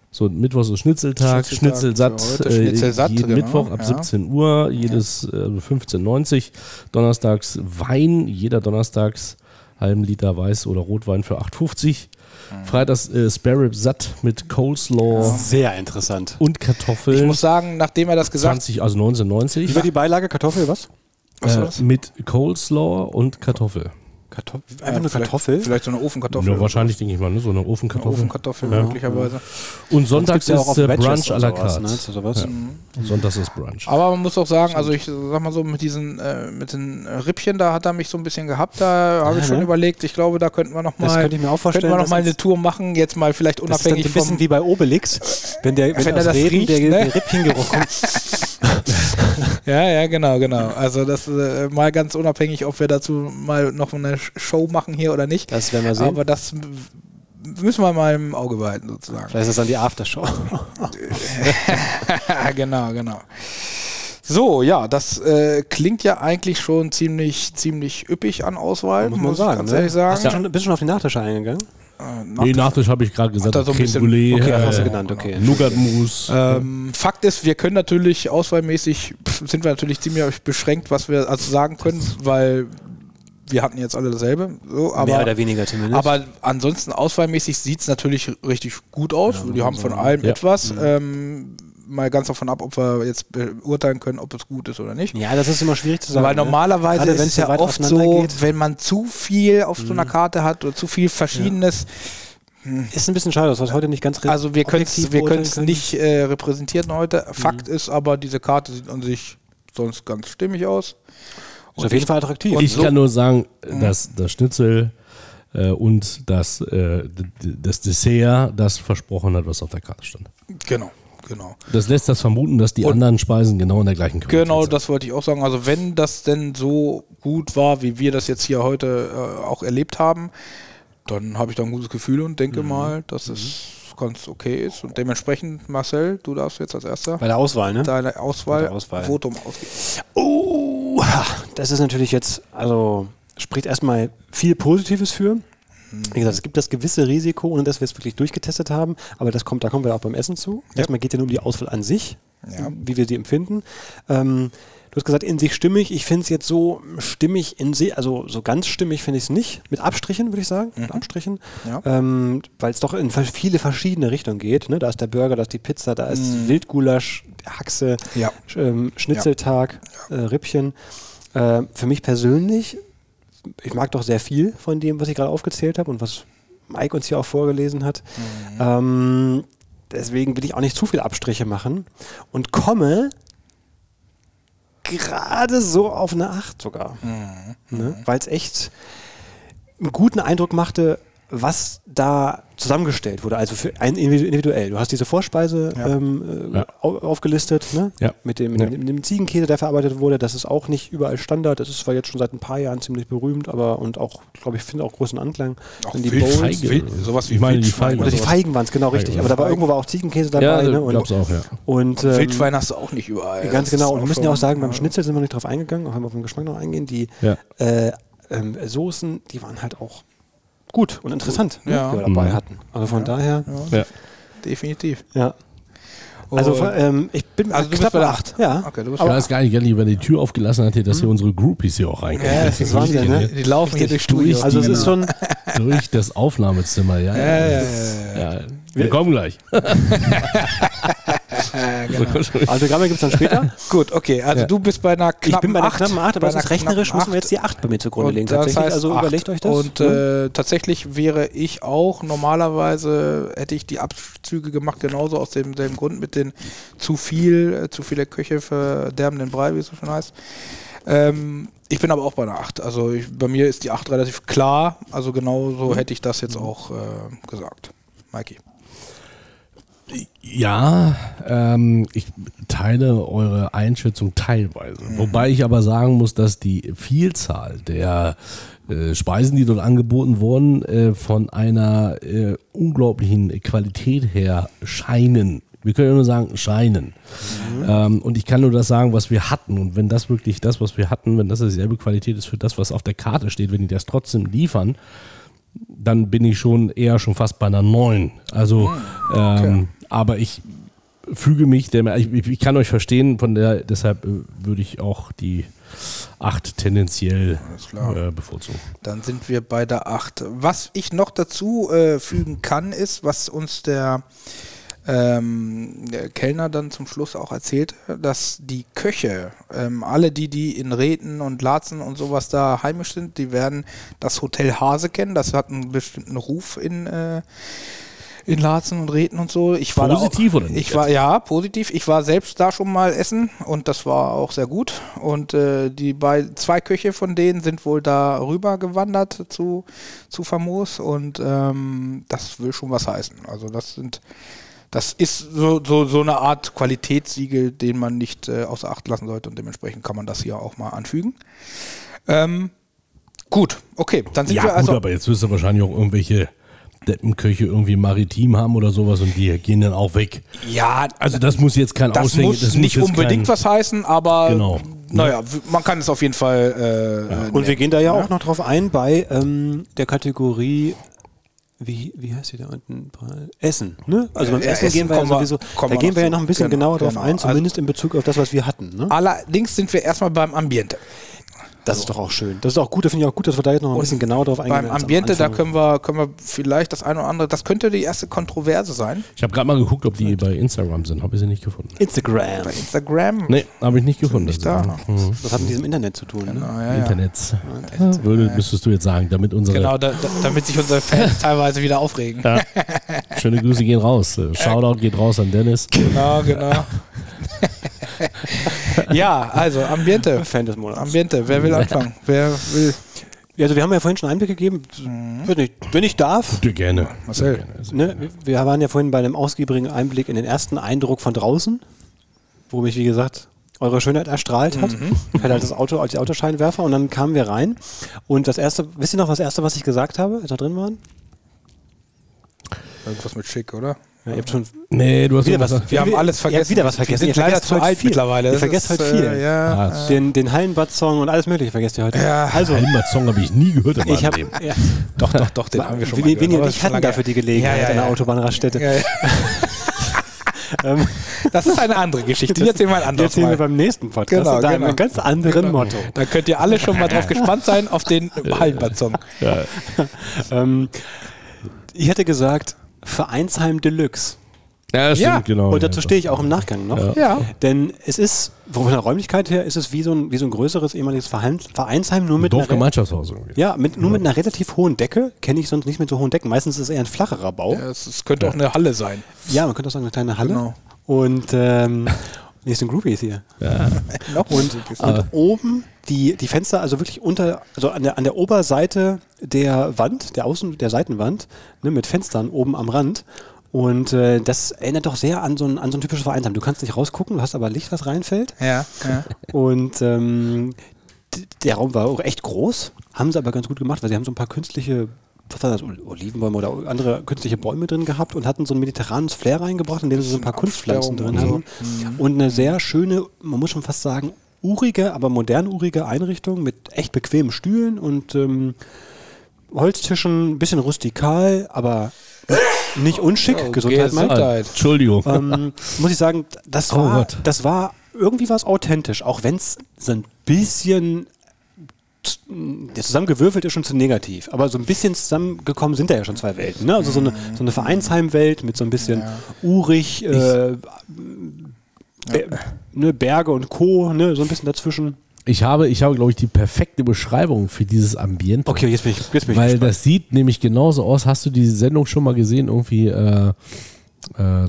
S7: so, Mittwochs ist Schnitzeltag, Schnitzel
S5: Schnitzeltag,
S7: satt,
S5: so, heute
S7: äh,
S5: Schnitzel satt,
S7: jeden
S5: genau,
S7: Mittwoch ab
S5: ja.
S7: 17 Uhr, jedes äh, 15,90. Donnerstags Wein, jeder Donnerstags halben Liter Weiß- oder Rotwein für 8,50.
S5: Mhm.
S7: Freitags äh, Spare Rib satt mit Coleslaw
S6: Sehr interessant.
S7: und Kartoffeln.
S5: Ich muss sagen, nachdem er das gesagt
S7: 20, also 1990.
S6: Wie war die Beilage? Kartoffel, was?
S7: äh, mit Coleslaw und Kartoffel.
S6: Kartoffel?
S5: Ja,
S6: Einfach nur
S5: Äh, vielleicht-
S6: Kartoffel?
S5: Vielleicht so eine Ofenkartoffel.
S7: Ja, wahrscheinlich denke ich mal, ne? so eine Ofenkartoffel.
S5: Ofenkartoffel möglicherweise.
S7: Und sonntags
S6: Gibt's
S7: ist äh,
S6: Wedges
S7: Brunch à
S6: und
S7: la
S6: sowas,
S7: carte.
S6: Ne? Oder was?
S7: Sonntags ist Brunch.
S5: Aber man muss auch sagen, also ich sag mal so, mit diesen äh, mit den äh, Rippchen, da hat er mich so ein bisschen gehabt, da habe ich
S6: Ja,
S5: schon
S6: ne?
S5: überlegt, ich glaube, da könnten wir noch mal,
S6: Das könnte ich mir auch vorstellen,
S5: könnten wir noch
S6: dass
S5: mal eine
S6: jetzt-
S5: Tour machen, jetzt mal vielleicht
S6: Das ist dann
S5: unabhängig
S6: ein bisschen
S5: vom
S6: wie bei Obelix, wenn der wenn
S5: Wenn er
S6: aus
S5: das
S6: Reden
S5: riecht,
S6: der,
S5: ne?
S6: der Rippchengeruch kommt.
S5: Ja, ja, genau, genau. Also das äh, mal ganz unabhängig, ob wir dazu mal noch eine Sch- Show machen hier oder nicht.
S6: Das werden wir sehen.
S5: Aber das m- müssen wir mal im Auge behalten sozusagen.
S6: Vielleicht ist das dann die Aftershow.
S5: Ja, genau, genau. So, ja, das äh, klingt ja eigentlich schon ziemlich, ziemlich üppig an Auswahl,
S6: Muss man sagen.
S5: ich ganz
S6: Ne?
S5: ehrlich sagen.
S6: Hast du schon, bist du schon auf die Nachtasche eingegangen?
S5: Äh,
S7: Nee,
S5: macht-
S7: Nachtisch habe ich gerade gesagt.
S5: Hat er so ein
S7: Creme
S5: bisschen-
S7: Brûlée,
S5: okay,
S6: hast du
S7: äh,
S6: genannt, okay.
S7: Nougatmus.
S5: ähm, Fakt ist, wir können natürlich auswahlmäßig, pff, sind wir natürlich ziemlich beschränkt, was wir also sagen können, weil wir hatten jetzt alle dasselbe. So, aber
S6: Mehr oder weniger zumindest.
S5: Aber ansonsten auswahlmäßig sieht es natürlich richtig gut aus. die haben
S6: also,
S5: von allem
S7: Ja.
S5: etwas.
S6: Mhm.
S5: Ähm, mal ganz davon ab, ob wir jetzt beurteilen können, ob es gut ist oder nicht.
S6: ja, das ist immer schwierig zu sagen.
S5: Weil
S6: ne?
S5: normalerweise
S6: Gerade
S5: ist
S6: wenn's
S5: es ja
S6: weit
S5: oft so,
S6: auseinandergeht. Mhm.
S5: wenn man zu viel auf so einer Karte hat oder zu viel Verschiedenes.
S6: Ist ein bisschen schade, dass wir es heute nicht ganz re-
S5: Also wir können es
S6: objektiv
S5: wir
S6: beurteilen
S5: können's
S6: können. Mhm.
S5: nicht äh, repräsentieren heute. Fakt ist aber, diese Karte sieht an sich sonst ganz stimmig aus.
S6: Ist auf jeden Fall attraktiv.
S7: ich kann nur sagen, dass das Schnitzel äh, und das, äh, d- d- das Dessert das versprochen hat, was auf der Karte stand.
S5: Genau, genau.
S7: Das lässt das vermuten, dass die
S5: Und-
S7: anderen Speisen genau in der gleichen Qualität
S5: Genau,
S7: sind.
S5: das wollte ich auch sagen. Also wenn das denn so gut war, wie wir das jetzt hier heute äh, auch erlebt haben, dann habe ich da ein gutes Gefühl und denke
S6: Mhm.
S5: mal, dass es ganz okay ist. Und dementsprechend, Marcel, du darfst jetzt als erster
S6: Bei der Auswahl, ne?
S5: deine Auswahl,
S6: Deine Auswahl.
S5: Votum ausgeben.
S6: Oh, das ist natürlich jetzt, also spricht erstmal viel Positives für. Wie gesagt, es gibt das gewisse Risiko, ohne dass wir es wirklich durchgetestet haben, aber das kommt, da kommen wir auch beim Essen zu. Erstmal geht es ja nur um die Auswahl an sich,
S5: Ja.
S6: wie wir sie empfinden. Ähm, du hast gesagt, in sich stimmig. Ich finde es jetzt so stimmig in sich, also so ganz stimmig finde ich es nicht. Mit Abstrichen, würde ich sagen. Mit Abstrichen.
S5: Mhm. Ja.
S6: Ähm, Weil es doch in vers- viele verschiedene Richtungen geht. Ne? Da ist der Burger, da ist die Pizza, da ist
S5: Mhm.
S6: Wildgulasch, Haxe,
S5: Ja.
S6: Sch- ähm, Schnitzeltag, äh, Rippchen. Äh, für mich persönlich, ich mag doch sehr viel von dem, was ich gerade aufgezählt habe und was Mike uns hier auch vorgelesen hat. Ähm, deswegen will ich auch nicht zu viel Abstriche machen und komme gerade so auf eine 8 sogar. Ne? Weil es echt einen guten Eindruck machte, was da zusammengestellt wurde, also für ein individu- individuell. Du hast diese Vorspeise ähm, äh,
S7: Ja.
S6: au- aufgelistet, ne?
S7: Ja.
S6: mit, dem, mit,
S7: Ja.
S6: dem, mit dem Ziegenkäse, der verarbeitet wurde. Das ist auch nicht überall Standard. Das ist zwar jetzt schon seit ein paar Jahren ziemlich berühmt, aber und auch, glaube ich, findet auch großen Anklang. Dann die Bowls.
S7: Feige.
S5: Wild, sowas wie
S7: Ich meine die
S5: Wildschwein
S7: Feige.
S6: Oder die
S7: sowas.
S6: Feigen waren es, genau richtig.
S7: Feigen.
S6: Aber da war irgendwo war auch Ziegenkäse dabei.
S7: Ja,
S6: ne?
S7: glaub's auch, ja.
S6: Und, ähm,
S5: Wildschwein hast du auch nicht überall.
S6: Ganz genau. Und wir müssen ja auch sagen, beim
S5: Schnitt.
S6: Schnitzel sind wir nicht drauf eingegangen, auch wenn wir auf den Geschmack noch eingehen. Die
S7: Ja.
S6: äh, ähm, Soßen, die waren halt auch gut und interessant, ne,
S5: Ja.
S6: die wir dabei
S7: Mhm.
S6: hatten. Also von daher,
S7: Ja.
S5: Definitiv.
S6: ja. Also
S5: Und-
S6: von- ähm, ich bin
S5: Also du bist
S6: knapp
S5: bei der
S6: acht.
S5: Acht.
S6: Ja.
S5: Okay, du bist
S7: Ich
S5: bei
S7: weiß gar nicht, Jenny, wenn die Tür aufgelassen hat, hier, dass hier unsere Groupies hier auch reinkommen.
S5: Ja,
S6: das ist Wahnsinn, ne?
S5: die laufen hier durchs Studio.
S7: Durch
S6: Also es
S7: die-
S6: ist schon,
S7: Durch das Aufnahmezimmer, ja. ja, ja, ja. Wir kommen gleich.
S6: Autogramme gibt es also dann später.
S5: Gut, okay, also
S7: Ja.
S5: du bist bei einer knappen
S6: ich bin bei einer
S5: Acht,
S6: knappen Acht, aber
S5: bei
S6: es ist
S5: einer knappen
S6: rechnerisch, müssen wir
S5: Acht.
S6: jetzt die Acht bei mir zugrunde legen.
S5: Und äh, das
S6: Tatsächlich,
S5: heißt
S6: also
S5: acht.
S6: überlegt euch das.
S5: Und
S6: ne?
S5: äh, tatsächlich wäre ich auch, normalerweise hätte ich die Abzüge gemacht, genauso aus demselben Grund mit den zu viel, äh, zu viele Köche verderben den Brei, wie es so schon heißt. Ähm, ich bin aber auch bei einer 8. Also ich, bei mir ist die 8 relativ klar. Also genauso
S6: Mhm.
S5: hätte ich das jetzt auch äh, gesagt. Mikey.
S7: Ja, ähm, ich teile eure Einschätzung teilweise. Wobei ich aber sagen muss, dass die Vielzahl der äh, Speisen, die dort angeboten wurden, äh, von einer äh, unglaublichen Qualität her scheinen. Wir können ja nur sagen, scheinen. Ähm, und ich kann nur das sagen, was wir hatten. Und wenn das wirklich das, was wir hatten, wenn das dieselbe Qualität ist für das, was auf der Karte steht, wenn die das trotzdem liefern, dann bin ich schon eher schon fast bei einer 9. Also,
S5: Hm,
S7: ähm, aber ich füge mich, der, ich, ich- ich kann euch verstehen, von der, deshalb äh, würde ich auch die 8 tendenziell äh, bevorzugen.
S5: Dann sind wir bei der 8. Was ich noch dazu äh, fügen kann, ist, was uns der, ähm, der Kellner dann zum Schluss auch erzählt, dass die Köche, ähm, alle die, die in Räten und Laatzen und sowas da heimisch sind, die werden das Hotel Hase kennen. Das hat einen bestimmten Ruf in, äh, in Laatzen und Räten und so. Ich war da
S7: Positiv
S5: auch,
S7: oder nicht?
S5: Ich war, ja, positiv. Ich war selbst da schon mal essen und das war auch sehr gut. Und äh, die bei zwei Köche von denen sind wohl da rüber gewandert zu, zu Famos und ähm, das will schon was heißen. Also das sind das ist so, so, so eine Art Qualitätssiegel, den man nicht äh, außer Acht lassen sollte und dementsprechend kann man das hier auch mal anfügen. Ähm, gut, okay, dann sind
S7: ja,
S5: wir
S7: gut,
S5: also
S7: aber jetzt wirst du wahrscheinlich auch irgendwelche Deppenköche irgendwie maritim haben oder sowas und die gehen dann auch weg.
S5: Ja,
S7: Also das muss jetzt kein
S5: das
S7: Aushängen,
S5: muss nicht
S7: jetzt kein-
S5: unbedingt was heißen, aber
S7: Genau.
S5: naja, w- man kann es auf jeden Fall. Äh, äh,
S6: Und wir
S5: nehmen.
S6: gehen da ja auch noch drauf ein bei ähm, der Kategorie, wie, wie heißt die da unten? Essen. Ne? Also beim
S5: Ja,
S6: Essen,
S5: Essen
S6: gehen wir ja
S5: kommen wir-
S6: sowieso,
S5: kommen
S6: da
S5: wir
S6: gehen
S5: noch
S6: wir ja
S5: zu.
S6: noch ein bisschen
S5: Genau,
S6: genauer drauf
S5: genau.
S6: ein,
S5: Also- Ah,
S6: zumindest in Bezug auf das, was wir hatten. Ne?
S5: Allerdings sind wir erstmal beim Ambiente.
S6: Das ist doch auch schön. Das ist auch gut, da finde ich auch gut, dass wir da jetzt noch ein bisschen genauer drauf eingehen.
S5: Beim Ambiente, da können wir, können wir vielleicht das eine oder andere, das könnte die erste Kontroverse sein.
S7: Ich habe gerade mal geguckt, ob die bei Instagram sind. Habe ich sie nicht gefunden.
S6: Instagram.
S5: Instagram.
S7: Nee, habe ich nicht gefunden.
S5: Nicht da.
S7: also, mhm.
S6: Das hat mit diesem Internet zu tun. Ne?
S5: Ah, ja, ja.
S7: Internet. Würde, müsstest du jetzt sagen, damit unsere
S5: Genau, da, da, damit sich unsere Fans teilweise wieder aufregen.
S7: schöne Grüße gehen raus. Äh, Shoutout geht raus an Dennis.
S5: Genau, genau. ja, also Ambiente.
S6: Fan des Monats.
S5: Ambiente, wer will anfangen? Wer will?
S6: Also wir haben ja vorhin schon einen Einblick gegeben.
S5: Mhm.
S6: Weiß Nicht, wenn ich darf.
S7: Du gerne.
S5: Marcel.
S6: Ne, wir- wir waren ja vorhin bei einem ausgiebigen Einblick in den ersten Eindruck von draußen, wo mich, wie gesagt, eure Schönheit erstrahlt hat.
S5: Mhm.
S6: Ich hatte halt das Auto als die Autoscheinwerfer und dann kamen wir rein. Und das erste, wisst ihr noch das erste, was ich gesagt habe, als wir drin waren?
S5: Irgendwas mit Schick, oder?
S6: Ja, ihr habt schon
S7: Nee, du hast
S6: wieder
S7: irgendwas
S6: was,
S7: gesagt.
S5: Wir haben alles
S6: Ihr habt
S5: vergessen.
S6: wieder was
S5: Wir
S6: vergessen.
S5: sind
S6: Ihr
S5: leider
S6: vergesst
S5: zu
S6: heute
S5: alt
S6: viel.
S5: mittlerweile.
S6: Ihr
S5: Das
S6: vergesst
S5: ist,
S6: heute
S5: äh,
S6: viel.
S5: ja,
S7: Ah,
S6: Den, den Hallenbad-Song und alles mögliche vergesst ihr heute.
S5: Ja.
S6: Also,
S7: Helmut Song habe ich nie gehört. in meinem
S6: ich habe.
S7: Leben.
S6: Ja,
S5: Doch, doch, doch, den haben wir schon mal
S6: Winnie
S5: gehört,
S6: Winnie
S5: aber
S6: und
S5: das ist
S6: ich
S5: schon
S6: hatten
S5: lange
S6: dafür die
S5: her.
S6: Gelegenheit
S5: Ja, ja,
S6: an der
S5: ja.
S6: Autobahnraststätte.
S5: Ja, ja.
S6: Ähm,
S5: Das ist eine andere Geschichte. Die erzählen wir ein
S6: die
S5: anderes
S6: erzählen wir
S5: Mal.
S6: beim nächsten Podcast.
S5: Genau,
S6: und da
S5: genau.
S6: einem ganz anderen Motto.
S5: Da könnt ihr alle schon mal drauf gespannt sein, auf den Hallenbad-Song.
S6: Ähm, ich hätte gesagt, Vereinsheim Deluxe.
S7: Ja, das
S5: Ja,
S7: stimmt, genau.
S6: Und dazu
S7: Ja.
S6: stehe ich auch im Nachgang noch.
S5: Ja.
S6: Denn es ist, von der Räumlichkeit her, ist es wie so ein, wie so ein größeres ehemaliges Verein- Vereinsheim, nur mit einer re-
S7: Dorfgemeinschaftshaus irgendwie.
S6: ja, mit, nur mit einer relativ hohen Decke. Kenne ich sonst nicht mit so hohen Decken. Meistens ist es eher ein flacherer Bau. Ja,
S5: Es es könnte auch eine Halle sein.
S6: man könnte auch sagen, eine kleine Halle.
S5: Genau.
S6: Und ähm, nicht so ein Groovy ist hier.
S5: Noch und,
S6: Und oben die, die Fenster, also wirklich unter, also an der, an der Oberseite der Wand, der Außen, der Seitenwand, ne, mit Fenstern oben am Rand. Und äh, das erinnert doch sehr an so ein, an so ein typisches Vereinsheim. Du kannst nicht rausgucken, du hast aber Licht, was reinfällt.
S5: ja, ja.
S6: Und ähm, d- der Raum war auch echt groß, haben sie aber ganz gut gemacht, weil sie haben so ein paar künstliche, was war das, Ol- Olivenbäume oder andere künstliche Bäume drin gehabt und hatten so ein mediterranes Flair reingebracht, in dem sie so ein paar Kunstpflanzen drin haben. Und eine sehr schöne, man muss schon fast sagen, urige, aber modern urige Einrichtung mit echt bequemen Stühlen und ähm, Holztischen, ein bisschen rustikal, aber nicht unschick, Gesundheit mal.
S7: Ah, Entschuldigung.
S6: Ähm, muss ich sagen, das
S7: Oh
S6: war,
S7: Gott.
S6: das war irgendwie was authentisch, auch wenn es so ein bisschen z- ja, zusammengewürfelt ist schon zu negativ, aber so ein bisschen zusammengekommen sind da ja schon zwei Welten. Ne? Also so eine, so eine Vereinsheimwelt mit so ein bisschen urig, äh, Be- ne, Berge und Co., ne? so ein bisschen dazwischen.
S7: Ich habe, ich habe, glaube ich, die perfekte Beschreibung für dieses Ambiente.
S6: Okay, jetzt bin ich, jetzt bin ich
S7: Weil
S6: gespannt.
S7: das sieht nämlich genauso aus. Hast du die Sendung schon mal gesehen? Irgendwie äh, äh,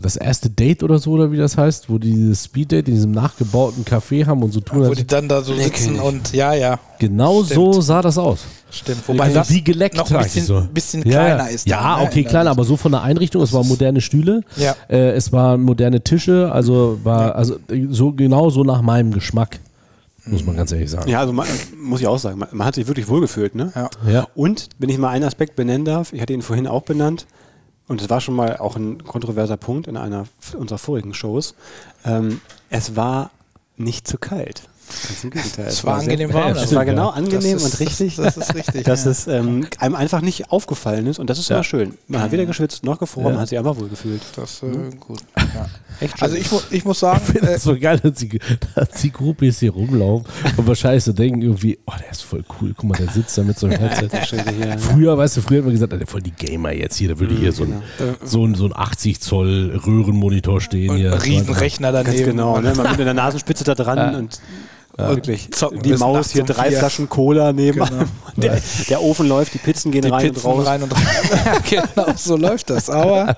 S7: das erste Date oder so, oder wie das heißt, wo die dieses Speeddate in diesem nachgebauten Café haben und so tun.
S5: Wo
S7: Als
S5: die dann da so sitzen und ja, ja.
S7: genau
S5: Stimmt.
S7: so sah das aus.
S5: Stimmt. Wobei das
S7: wie geleckt
S5: noch ein
S7: eigentlich
S5: bisschen,
S7: so.
S5: bisschen
S7: Ja,
S5: kleiner
S7: ja.
S5: ist.
S7: Ja,
S5: dann, ne?
S7: okay, kleiner, aber so von der Einrichtung. Es waren moderne Stühle,
S5: Ja.
S7: äh, es waren moderne Tische, also war also äh, so genau so nach meinem Geschmack, muss
S5: Mhm.
S7: man ganz ehrlich sagen.
S6: Ja, also man, muss ich auch sagen, man, man hat sich wirklich wohlgefühlt. Ne?
S5: Ja.
S7: Ja.
S6: Und wenn ich mal einen Aspekt benennen darf, ich hatte ihn vorhin auch benannt, und es war schon mal auch ein kontroverser Punkt in einer f- unserer vorigen Shows, ähm, es war nicht zu kalt. Ganz im Gegenteil.
S5: Es war angenehm
S6: sehr-
S5: warm.
S6: Es
S5: also.
S6: war genau
S5: Das
S6: angenehm
S5: ist-
S6: und richtig,
S5: Das ist richtig.
S6: dass
S5: ja.
S6: es ähm, einem einfach nicht aufgefallen ist und das ist immer schön. Man hat weder geschwitzt noch gefroren, man hat sich einfach wohlgefühlt.
S5: Mhm. das, äh, gut. Ja. Also ich, mu- ich muss sagen,
S7: finde
S5: äh,
S7: das so geil, dass die, dass die Groupies hier rumlaufen und wahrscheinlich so denken irgendwie, oh, der ist voll cool, guck mal, der sitzt da mit so einem Headset.
S6: Schön hier.
S7: Früher, weißt du, früher hat man gesagt, Alter, voll die Gamer jetzt hier, da
S5: Mhm,
S7: würde hier so ein, so ein, so ein 80 Zoll Röhrenmonitor stehen
S5: genau. und
S7: hier.
S5: ein äh, Riesenrechner daneben.
S6: Ganz genau, ne? man mit der Nasenspitze da dran und wirklich
S5: Zocken
S6: die
S5: bis
S6: Maus
S5: nachts
S6: hier
S5: um
S6: drei
S5: vier. Genau.
S6: Flaschen Cola nebenan. Der, der Ofen läuft, die Pizzen gehen
S5: Die
S6: rein
S5: Pizzen
S6: und raus.
S5: rein und raus. genau, so läuft das. Aber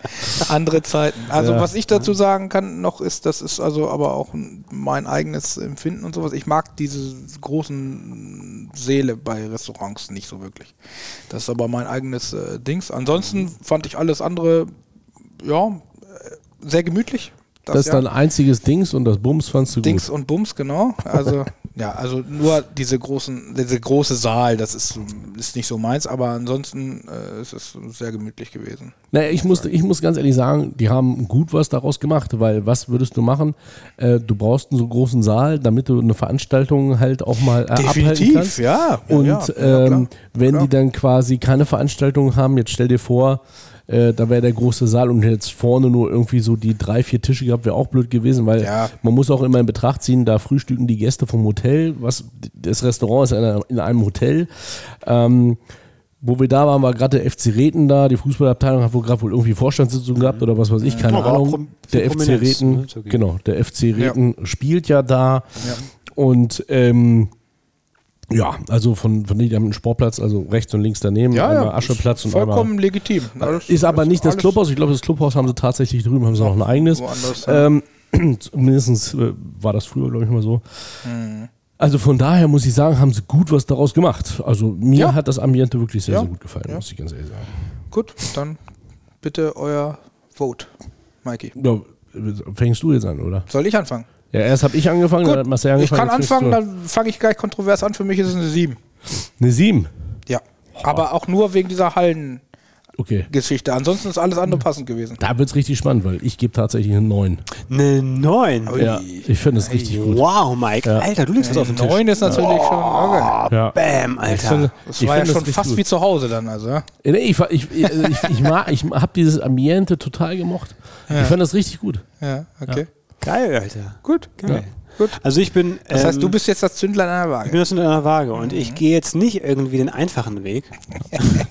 S5: andere Zeiten. Also was ich dazu sagen kann noch ist, das ist also aber auch ein- mein eigenes Empfinden und sowas. Ich mag diese großen Seele bei Restaurants nicht so wirklich. Das ist aber mein eigenes äh, Dings.
S6: Mhm.
S5: Ansonsten fand ich alles andere, ja, äh, sehr gemütlich.
S7: Das ist
S5: ja.
S7: dein einziges Dings und das Bums fandst du
S5: Dings
S7: gut.
S5: und Bums, genau. Also Ja, also nur diese großen, diese große Saal, das ist, ist nicht so meins, aber ansonsten äh, ist es sehr gemütlich gewesen.
S7: Naja, ich muss, ich muss ganz ehrlich sagen, die haben gut was daraus gemacht, weil was würdest du machen? Äh, du brauchst einen so großen Saal, damit du eine Veranstaltung halt auch mal äh, abhalten
S5: Definitiv,
S7: kannst.
S5: ja. Ja,
S7: Und
S5: ja, ja,
S7: ähm,
S5: klar,
S7: wenn
S5: klar.
S7: die dann quasi keine Veranstaltung haben, jetzt stell dir vor, äh, da wäre der große Saal und jetzt vorne nur irgendwie so die drei, vier Tische gehabt, wäre auch blöd gewesen, weil
S5: Ja.
S7: man muss auch immer in Betracht ziehen, da frühstücken die Gäste vom Hotel, was das Restaurant ist in einer- in einem Hotel. Ähm, wo wir da waren, war gerade der FC Reten da. Die Fußballabteilung hat wohl gerade wohl irgendwie Vorstandssitzung gehabt oder was weiß ich, keine
S6: Mhm. Ja, war auch
S7: Ahnung.
S6: Prom-
S7: der FC
S6: Prominenz,
S7: Reten,
S6: ne, zur Gegend.
S7: genau, der FC Reten spielt ja da. Und ähm, ja, also von, von die haben einen Sportplatz, also rechts und links daneben, einmal Ascheplatz und
S5: vollkommen
S7: einmal.
S5: legitim. Alles-
S7: Ist aber nicht das
S5: alles-
S7: Clubhaus. Ich glaube, das Clubhaus haben sie tatsächlich drüben, haben sie noch ein eigenes.
S5: Woanders, ja.
S7: Ähm, zumindest äh, war das früher, glaube ich, mal so.
S5: Mhm.
S7: Also von daher muss ich sagen, haben sie gut was daraus gemacht. Also mir
S5: Ja.
S7: hat das Ambiente wirklich sehr,
S5: Ja.
S7: sehr gut gefallen,
S5: Ja.
S7: muss ich ganz ehrlich sagen.
S5: Gut, dann bitte euer Vote, Mikey.
S7: Ja, fängst du jetzt an, oder?
S5: Soll ich anfangen?
S7: Ja, erst habe ich angefangen, dann hat Marcel
S5: ich
S7: angefangen.
S5: kann
S7: jetzt fängst
S5: anfangen,
S7: du an.
S5: dann fange ich gleich kontrovers an. Für mich ist es eine 7.
S7: Eine 7.
S5: Ja. Aber auch nur wegen dieser Hallengeschichte.
S7: Okay.
S5: Ansonsten ist alles
S7: Hm.
S5: andere passend gewesen.
S7: Da wird's richtig spannend, weil ich gebe tatsächlich eine 9.
S6: Eine 9.
S7: Ja, ich finde es richtig gut.
S6: Wow, Mike. Alter, du legst was auf den Tisch.
S5: 9 ist natürlich schon. Okay.
S7: Ja.
S6: Bam,
S7: Ich finde,
S6: Alter.
S5: Das
S7: ich
S5: war ja
S7: finde
S5: schon
S7: richtig
S5: fast
S7: gut.
S5: wie zu Hause dann, also. ja.
S7: Nee, ich, war- ich, ich, ich, ich, mag- ich habe dieses Ambiente total gemocht. Ich fand das richtig gut.
S5: Ja, okay.
S6: Geil, Alter. Gut, geil.
S5: Gut.
S6: Also ich bin.
S5: Das heißt,
S6: ähm,
S5: du bist Mhm. jetzt das Zündlein an der
S6: Ich bin
S5: Waage.
S6: jetzt in einer Waage und ich gehe jetzt nicht irgendwie den einfachen Weg.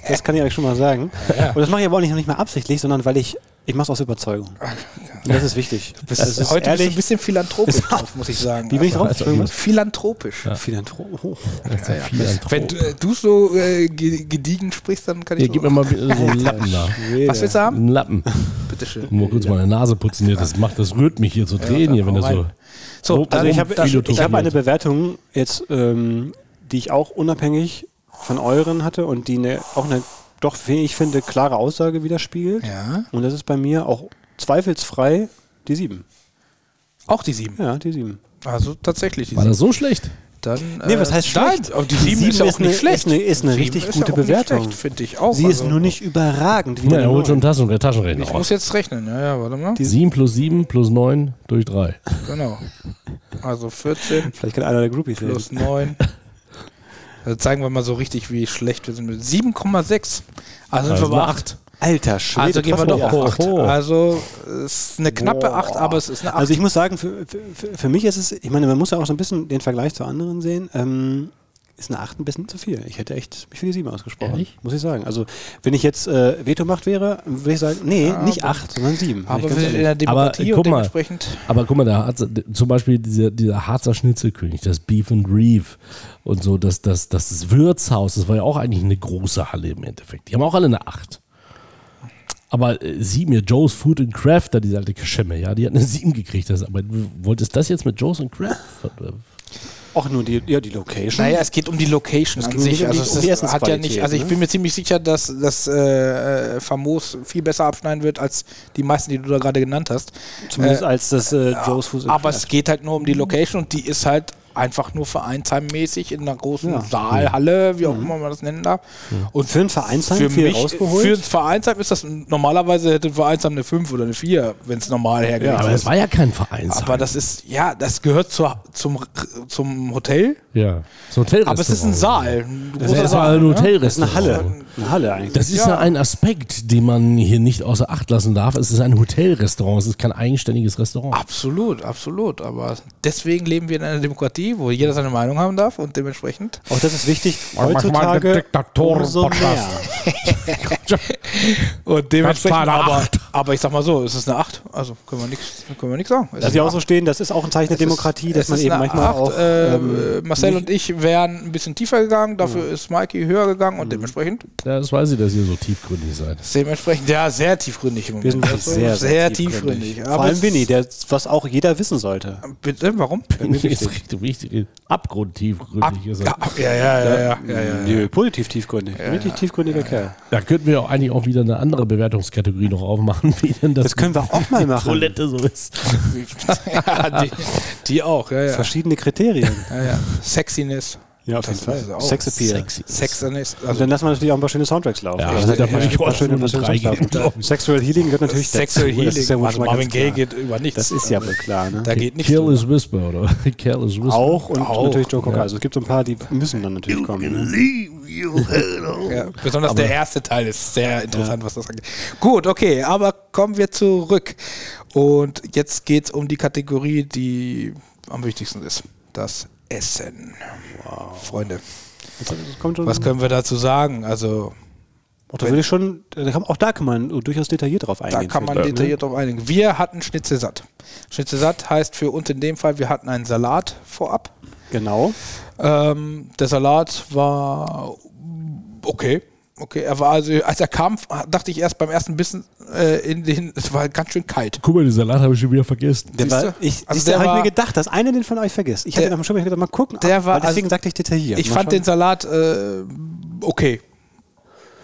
S6: Das kann ich euch schon mal sagen. Und das mache ich aber auch nicht, nicht mal absichtlich, sondern weil ich, ich mache es aus Überzeugung. Und das ist wichtig. das ist
S5: Heute
S6: ehrlich.
S5: bist du ein bisschen Also, philanthropisch drauf, muss ich sagen.
S6: Wie bin ich drauf? Irgendwas?
S5: Philanthropisch.
S6: Philanthrop. Oh.
S7: Das ist ja, Philanthrop.
S5: Wenn du, äh, du so äh, ge- gediegen sprichst, dann kann ich
S7: Hier,
S5: so
S7: gib mir mal so einen Lappen da.
S5: Was willst du haben?
S7: Einen Lappen.
S5: Bitteschön.
S7: Mal kurz meine Nase putzen hier. Das, macht, das rührt mich hier zu Tränen hier, wenn das so.
S5: So,
S6: Also ich habe
S7: das-
S6: ich hab
S7: Philotopie.
S6: eine Bewertung jetzt, ähm, die ich auch unabhängig von euren hatte und die eine, auch eine doch, wie ich finde, klare Aussage widerspiegelt.
S5: Ja.
S6: Und das ist bei mir auch zweifelsfrei die 7.
S5: Auch die 7.
S6: Ja, die 7.
S5: Also tatsächlich die
S7: War
S5: 7.
S7: das so schlecht?
S5: Dann, äh,
S6: Nee, was heißt schlecht?
S5: Nein, aber die 7 ist, ja auch
S6: eine,
S5: nicht schlecht.
S6: Ist eine, ist eine
S5: Sieben
S6: richtig
S5: ist ja
S6: gute
S5: auch nicht
S6: Bewertung.
S5: schlecht, finde ich auch.
S6: Sie ist
S5: Also,
S6: nur nicht überragend. Wie
S7: Ja,
S6: eine
S7: er holt
S6: Neun.
S7: schon Taschen, der Taschenrechner
S5: Ich muss
S7: raus.
S5: jetzt rechnen. Ja, ja, warte mal.
S7: 7 plus 7 plus 9 durch 3.
S5: Genau. Also 14
S6: Vielleicht kann einer der Groupies reden.
S5: plus 9. Also zeigen wir mal so richtig, wie schlecht wir sind. 7,6. Also sind wir
S7: Also
S5: bei
S7: eine
S5: 8.
S6: Alter, Schwede.
S5: Also gehen wir
S6: trotzdem
S5: doch
S6: auf
S5: hoch.
S6: acht.
S5: Also es ist eine knappe 8, aber es ist eine 8.
S6: Also ich muss sagen, für, für, für- für mich ist es, ich meine, man muss ja auch so ein bisschen den Vergleich zu anderen sehen. Ähm, ist eine 8 ein bisschen zu viel. Ich hätte echt mich für die 7 ausgesprochen. Muss ich sagen. Also, wenn ich jetzt äh, Vetomacht wäre, würde ich sagen, nee, nicht 8, sondern 7.
S5: aber wir sind in der
S7: Aber
S5: Demokratie
S7: äh, guck
S5: und
S7: mal,
S5: dementsprechend.
S7: aber guck mal, da hat zum Beispiel dieser, dieser Harzer Schnitzelkönig, das Beef and Reef und so, das, das, das Wirtshaus, das war ja auch eigentlich eine große Halle im Endeffekt. Die haben auch alle eine 8. Aber äh, sieh mir, Joe's Food and Craft, da diese alte Kaschemme, ja, die hat eine 7 gekriegt. Das, aber du wolltest das jetzt mit Joe's and Craft? äh,
S6: Auch nur die, ja, die Location.
S5: Naja, es geht um die Location an
S6: geht
S5: sich.
S6: um
S5: Also
S6: die- um
S5: es
S6: die
S5: ist, hat ja
S6: Essensqualität,
S5: nicht, also ich
S6: ne?
S5: bin mir ziemlich sicher, dass das äh, Famos viel besser abschneiden wird als die meisten, die du da gerade genannt hast.
S6: Zumindest
S5: äh,
S6: als das äh, Joe's Fuß.
S5: Aber es geht halt nur um die Location und die ist halt einfach nur vereinsheimmäßig in einer großen
S6: Ja. Mhm.
S5: Saalhalle, wie auch immer man das nennen darf. Und
S6: für ein Vereinsheim
S5: für
S6: viel
S5: mich, äh,
S6: rausgeholt?
S5: für ein Vereinsheim ist das normalerweise hätte ein Vereinsheim eine 5 oder eine 4, wenn es normal hergeht.
S7: aber es war ja kein Verein.
S5: aber das ist, ja, das gehört zur, zum, zum Hotel,
S7: ja. das Hotelrestaurant.
S5: aber es ist ein Saal. Ein
S7: Das
S5: großer
S7: ist war ein
S5: ne?
S6: Das ist eine
S7: Hotelrestaurant.
S6: Halle. Eine Halle eigentlich.
S7: Das ist
S5: Ja.
S7: ja ein Aspekt, den man hier nicht außer Acht lassen darf. Es ist ein Hotelrestaurant, es ist kein eigenständiges Restaurant.
S5: Absolut, absolut. Aber deswegen leben wir in einer Demokratie, wo jeder seine Meinung haben darf und dementsprechend.
S6: Auch das ist wichtig. Heutzutage umso mehr.
S5: Und
S7: klare
S5: aber,
S7: Acht.
S5: aber ich sag mal so, es ist eine 8. Also können wir nichts können wir nichts sagen. Es
S6: Dass
S5: ist
S6: sie
S5: eine
S6: auch so stehen, das ist auch ein Zeichen der Demokratie, dass
S5: Es
S6: man
S5: ist
S6: eben
S5: eine
S6: manchmal
S5: Acht.
S6: auch.
S5: Äh,
S6: ähm, Hm.
S5: Marcel und ich wären ein bisschen tiefer gegangen, dafür ist Mikey höher gegangen und dementsprechend.
S7: Ja, das weiß ich, dass ihr so tiefgründig seid.
S5: Dementsprechend, ja, sehr tiefgründig im Moment.
S6: wir sind wirklich
S5: Also
S6: sehr, sehr
S5: tiefgründig.
S6: tiefgründig.
S5: Aber
S6: Vor allem
S5: es-
S6: Winnie, der, was auch jeder wissen sollte.
S5: Bitte, warum?
S7: Das ist richtig, richtig abgrundtiefgründig. ihr seid.
S5: Ja, ja, ja, ja, ja, ja, ja.
S6: Nö, positiv tiefgründig. Hm. Richtig tiefgründiger Kerl.
S7: Da könnten wir wir auch eigentlich auch wieder eine andere Bewertungskategorie noch aufmachen, wie denn das,
S6: Das können wir auch mal machen.
S7: Toilette so ist.
S5: ja, die, die auch, ja, ja.
S6: Verschiedene Kriterien.
S5: ja, ja. Sexiness.
S6: Ja, auf jeden
S5: ist
S6: Fall.
S5: auch
S6: Sexappeal.
S5: Sexiness.
S6: Und
S5: Also
S6: dann lassen wir natürlich auch ein paar schöne Soundtracks laufen.
S7: Ja,
S6: Also
S7: da
S6: ein paar
S7: würde ich auch
S6: schöne-
S7: schon eine
S6: schöne
S7: drei
S6: Soundtracks
S7: geben,
S6: laufen. Sexual Healing gehört natürlich
S5: Sexual
S6: dazu.
S5: Healing.
S6: Das ist ja wohl
S5: also
S6: schon mal
S5: Marvin
S6: ganz
S5: Gaye
S6: klar.
S5: geht über nichts.
S6: Das ist ja wohl klar. Ne?
S5: da geht nichts.
S7: Kill
S5: drüber.
S7: is Whisper, oder? Kill is Whisper.
S6: Auch und
S5: Auch,
S6: natürlich Joe Cocker.
S7: ja.
S6: Also es gibt so ein paar, die müssen dann natürlich kommen. Ne?
S5: Ja, besonders der erste Teil ist sehr interessant, was das angeht. Gut, okay, aber kommen wir zurück. Und jetzt geht es um die Kategorie, die am wichtigsten ist: das Essen. Freunde,
S6: Das das kommt schon,
S5: was können wir dazu sagen? Also,
S6: auch, da würde ich schon, da kann, auch da kann man durchaus detailliert drauf
S5: da
S6: eingehen.
S5: kann man
S6: vielleicht, ne?
S5: detailliert drauf einigen. Wir hatten Schnitzel satt. Schnitzel satt heißt für uns in dem Fall, wir hatten einen Salat vorab.
S6: Genau.
S5: Ähm, der Salat war okay. Okay, er war also, als er kam, dachte ich erst beim ersten Bissen äh, in den, es war ganz schön kalt.
S7: Guck mal, den Salat habe ich schon wieder vergessen.
S6: Der
S5: Siehst
S6: war,
S5: du?
S6: ich,
S5: Also
S6: also
S5: der
S6: habe ich
S5: war-
S6: mir gedacht, dass einer den von euch vergisst. Ich
S5: Der-
S6: hatte am Schirm ich hab gedacht, mal gucken.
S5: der
S6: ab,
S5: war-
S6: weil deswegen
S5: also-
S6: sagte ich detailliert.
S5: Ich
S6: Mal
S5: fand
S6: schauen.
S5: den Salat äh, okay.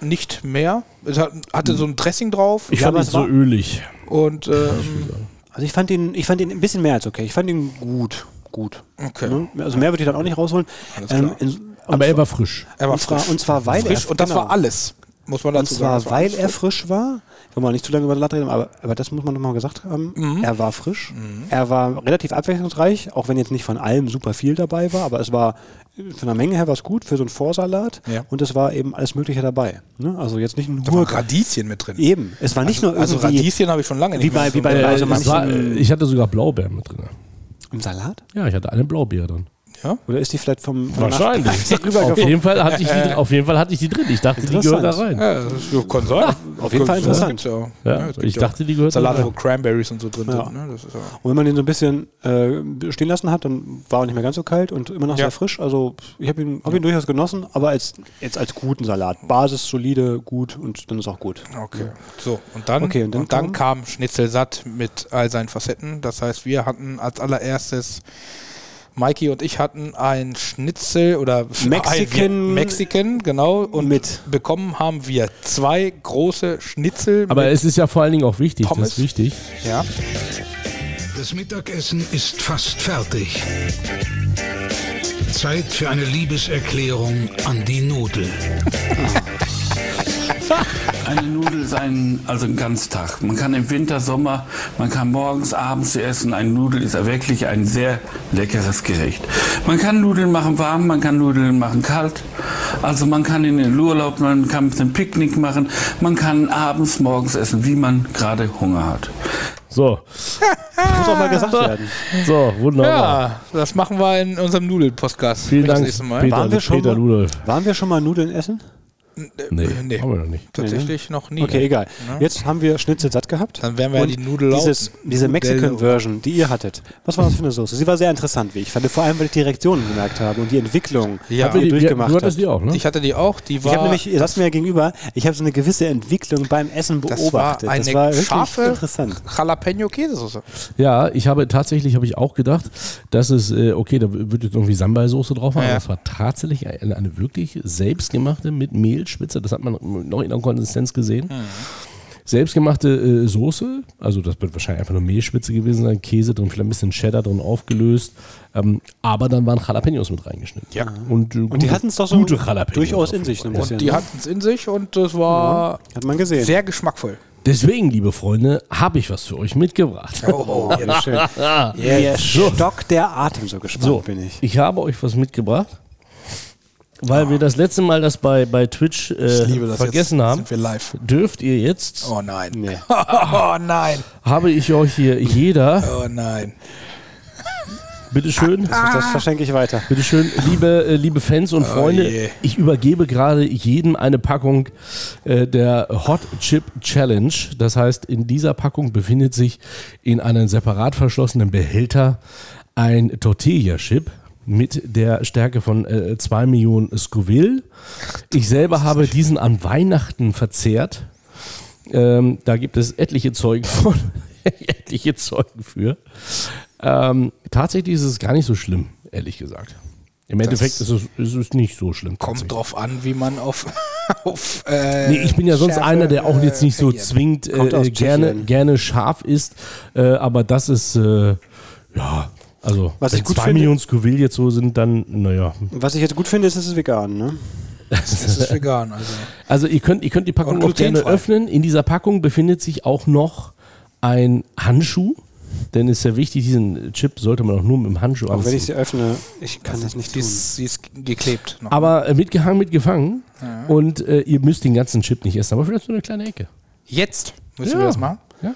S5: Nicht mehr. Es hat, hatte so ein Dressing drauf
S7: Ich
S6: Ja,
S7: fand
S6: aber
S7: ihn
S6: es
S7: so
S6: war-
S7: ölig.
S5: und ähm,
S6: Also ich fand den, ich fand den ein bisschen mehr als okay. Ich fand ihn gut, gut.
S5: Okay.
S6: Ne? Also mehr würde ich dann auch nicht rausholen. Ähm, in- und
S7: Aber er war frisch.
S5: er war
S6: und zwar-
S5: frisch.
S6: und zwar, weil
S5: frisch
S6: er-
S5: und das
S6: genau.
S5: war alles, muss man
S6: Und
S5: dazu sagen.
S6: zwar,
S5: Das war
S6: weil
S5: alles
S6: er
S5: frisch.
S6: frisch war. Ich will mal nicht zu lange über den Latt reden, aber, aber das muss man nochmal gesagt haben.
S5: Mhm.
S6: Er war frisch. Er war relativ abwechslungsreich, auch wenn jetzt nicht von allem super viel dabei war, aber es war von der Menge her was gut für so einen Vorsalat.
S5: Ja.
S6: Und es war eben alles Mögliche dabei. Ne? Also jetzt nicht
S5: da waren
S6: nur.
S5: Radieschen mit drin.
S6: Eben. Es war nicht nur
S5: Also
S6: irgendwie
S5: Radieschen habe ich schon lange
S6: wie
S5: nicht mehr.
S6: bei- wie
S5: gefunden.
S6: bei-
S7: Äh,
S6: also
S7: es
S6: manchen-
S7: war, äh, ich hatte sogar Blaubeeren mit drin.
S6: im Salat.
S7: Ja, ich hatte eine Blaubeere drin.
S6: Oder ist die vielleicht vom. vom
S7: Wahrscheinlich.
S6: Nachtisch-
S7: auf, jeden Fall hatte ich die, auf jeden Fall hatte ich die drin. Ich dachte, die gehört da
S6: Interessant.
S7: rein.
S5: ja, das ist- kann sein.
S6: auf jeden Fall
S5: Ja,
S6: interessant.
S5: gibt's ja auch.
S7: Ja,
S5: es gibt
S7: ich
S5: ja
S7: dachte, die gehört da
S5: Salate, wo
S7: rein.
S5: Cranberries und so drin
S6: Ja.
S5: sind. Ne? Das ist ja
S6: Und wenn man den so ein bisschen äh, stehen lassen hat, dann war er nicht mehr ganz so kalt und immer noch
S5: Ja.
S6: sehr frisch. Also ich habe ihn, hab ihn durchaus genossen, aber als, jetzt als guten Salat. Basis solide, gut und dann ist auch gut.
S5: Okay. So, und dann,
S6: Okay,
S5: und
S6: und
S5: dann,
S6: dann
S5: kam Schnitzel satt mit all seinen Facetten. Das heißt, wir hatten als allererstes, Mikey und ich hatten ein Schnitzel oder
S6: Mexican-
S5: ein Mexican, genau. Und
S6: Mit.
S5: bekommen haben wir zwei große Schnitzel.
S7: Aber
S5: mit,
S7: es ist ja vor allen Dingen auch wichtig.
S5: Pommes.
S7: Das ist wichtig.
S5: ja.
S8: Das Mittagessen ist fast fertig. Zeit für eine Liebeserklärung an die Nudel.
S9: Eine Nudel ist ein, also ein Ganztag. Man kann im Winter, Sommer, man kann morgens, abends essen. Eine Nudel ist wirklich ein sehr leckeres Gericht. Man kann Nudeln machen warm, man kann Nudeln machen kalt. Also man kann in den Urlaub, man kann ein Picknick machen. Man kann abends, morgens essen, wie man gerade Hunger hat.
S7: So, Ah.
S6: Muss auch mal gesagt werden.
S7: so, wunderbar.
S5: ja, das machen wir in unserem Nudelpodcast.
S7: Vielen
S5: das
S7: Dank,
S5: nächste Mal.
S7: Peter,
S6: Waren wir schon
S7: Peter
S6: mal-
S7: Ludolf.
S6: Waren wir schon mal Nudeln essen?
S7: Nee,
S5: nee.
S7: haben wir noch nicht.
S5: Tatsächlich noch nie.
S6: Okay, egal. Jetzt haben wir Schnitzel satt gehabt.
S5: Dann werden wir ja die
S6: Und
S5: Nudel
S6: dieses,
S5: laufen.
S6: Diese
S5: Nudel laufen.
S6: Mexican-Version, die ihr hattet, was war das für eine Soße? Sie war sehr interessant, wie ich fand. Vor allem, weil ich die Reaktionen gemerkt habe und die Entwicklung,
S5: Ja.
S6: die ihr durchgemacht
S7: du
S6: habt.
S7: hattest die auch, ne?
S5: Ich hatte die auch. Die war.
S6: Ich habe nämlich, ihr saßt mir ja gegenüber, ich habe so eine gewisse Entwicklung beim Essen
S5: das war
S6: beobachtet.
S5: eine
S6: das war wirklich
S5: scharfe
S6: interessant.
S5: Jalapeno-Käsesoße.
S7: Ja, ich habe tatsächlich habe ich auch gedacht, dass es äh, okay, da wird jetzt irgendwie Sambal-Soße drauf,
S5: Ja.
S7: aber es war tatsächlich eine, eine wirklich selbstgemachte mit Mehlspitze. Das hat man noch in der Konsistenz gesehen.
S6: Hm.
S7: Selbstgemachte äh, Soße, also das wird wahrscheinlich einfach nur Mehlspitze gewesen sein, Käse drin, vielleicht ein bisschen Cheddar drin aufgelöst, ähm, aber dann waren Jalapenos mit reingeschnitten.
S5: Ja.
S7: Und, äh,
S6: Und die hatten es doch so
S7: gute Jalapenos auf
S6: durchaus in
S7: jeden
S6: sich.
S7: Fall.
S6: ein bisschen,
S5: Und die
S6: ne?
S5: hatten es in sich und das war
S6: hat man gesehen.
S5: sehr geschmackvoll.
S7: Deswegen, liebe Freunde, habe ich was für euch mitgebracht.
S5: Oh, ja, schön.
S6: Mir stockt der Atem so gespannt,
S7: So,
S6: bin ich.
S7: habe euch was mitgebracht, weil wir das letzte Mal das bei, bei Twitch äh, vergessen
S5: jetzt.
S7: haben.
S5: Sind wir live.
S7: Dürft ihr jetzt,
S5: Oh nein.
S6: Nee.
S5: Oh nein.
S7: habe ich euch hier jeder,
S5: Oh nein. Ah,
S7: bitteschön,
S6: Das verschenke ich weiter.
S7: bitteschön, liebe, äh, liebe Fans und Freunde,
S5: je.
S7: ich übergebe gerade jedem eine Packung äh, der Hot Chip Challenge. Das heißt, in dieser Packung befindet sich in einem separat verschlossenen Behälter ein Tortilla-Chip mit der Stärke von äh, 2 Millionen Scoville. Ich selber habe diesen an Weihnachten verzehrt. Ähm, da gibt es etliche Zeugen von. etliche Zeugen für. Ähm, tatsächlich ist es gar nicht so schlimm, ehrlich gesagt. Im Endeffekt ist es, ist es nicht so schlimm.
S5: Kommt
S7: tatsächlich.
S5: drauf an, wie man auf. auf äh,
S7: Nee, ich bin ja sonst
S5: Schärfe, äh,
S7: einer, der auch jetzt nicht so
S5: reagiert.
S7: zwingend
S6: Kommt aus
S7: äh, gerne,
S6: Tschechien.
S7: gerne scharf ist, äh, aber das ist, äh, ja, also
S6: Was ich
S7: wenn
S6: gut
S7: zwei
S6: finde-
S7: Millionen Scoville jetzt so sind, dann, naja.
S6: Was ich jetzt gut finde, ist, es ist vegan. Ne?
S5: Das ist vegan. Also.
S7: Also ihr könnt, ihr könnt die Packung
S5: Und
S7: auch gerne
S5: glutenfrei.
S7: öffnen. In dieser Packung befindet sich auch noch ein Handschuh, denn ist ja wichtig, diesen Chip sollte man auch nur mit dem Handschuh
S6: Auch wenn
S7: anziehen.
S6: ich sie öffne, ich kann das nicht
S5: Die
S6: tun.
S5: ist, sie ist geklebt. Noch.
S7: aber äh, mitgehangen, mitgefangen. Und äh, ihr müsst den ganzen Chip nicht essen, aber vielleicht so eine kleine Ecke.
S5: Jetzt müssen
S7: Ja.
S5: wir das machen.
S7: Ja.